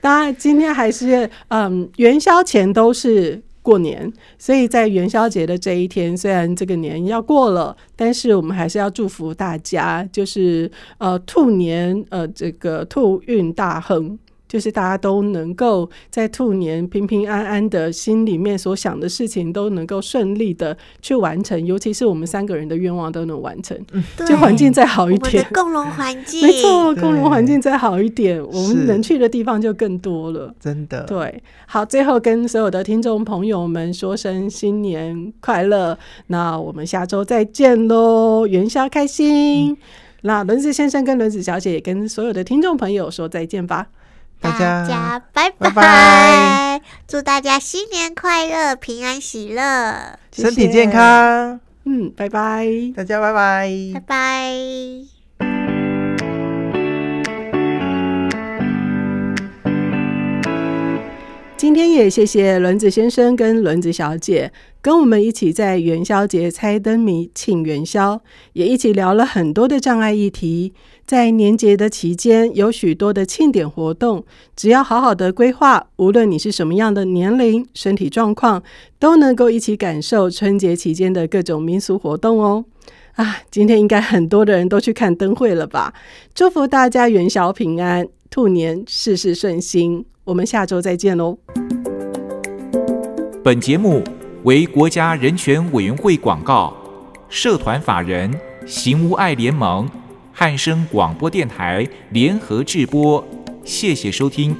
Speaker 1: 当然，今天还是嗯，元宵前都是过年，所以在元宵节的这一天，虽然这个年要过了，但是我们还是要祝福大家，就是呃兔年呃这个兔运大亨。就是大家都能够在兔年平平安安的，心里面所想的事情都能够顺利的去完成，尤其是我们三个人的愿望都能完成，
Speaker 6: 对，
Speaker 1: 就环境再好
Speaker 6: 我
Speaker 1: 一
Speaker 6: 们
Speaker 1: 点
Speaker 6: 的。共融环境，
Speaker 1: 没错，
Speaker 7: 对
Speaker 1: 共融环境再好一点，我
Speaker 7: 是
Speaker 1: 们能去的地方就更多了。
Speaker 7: 真的，
Speaker 1: (laughs) 对，好，最后跟所有的听众朋友们说声新年快乐，那我们下周再见喽，元宵开心。
Speaker 7: 嗯
Speaker 1: 那轮子先生跟轮子小姐也跟所有的听众朋友说再见吧。
Speaker 7: 大家
Speaker 6: 拜
Speaker 7: 拜拜
Speaker 6: 祝大家新年快乐，平安喜乐，
Speaker 1: 谢谢
Speaker 7: 身体健康，
Speaker 1: 嗯，拜拜。
Speaker 7: 大家拜拜，
Speaker 6: 拜拜。
Speaker 1: 今天也谢谢轮子先生跟轮子小姐，跟我们一起在元宵节猜灯谜、庆元宵，也一起聊了很多的障碍议题。在年节的期间，有许多的庆典活动，只要好好的规划，无论你是什么样的年龄、身体状况，都能够一起感受春节期间的各种民俗活动哦。啊，今天应该很多的人都去看灯会了吧？祝福大家元宵平安，兔年事事顺心。我们下周再见喽。
Speaker 2: 本节目为国家人权委员会广告，社团法人行无爱联盟、汉声广播电台联合制播。谢谢收听。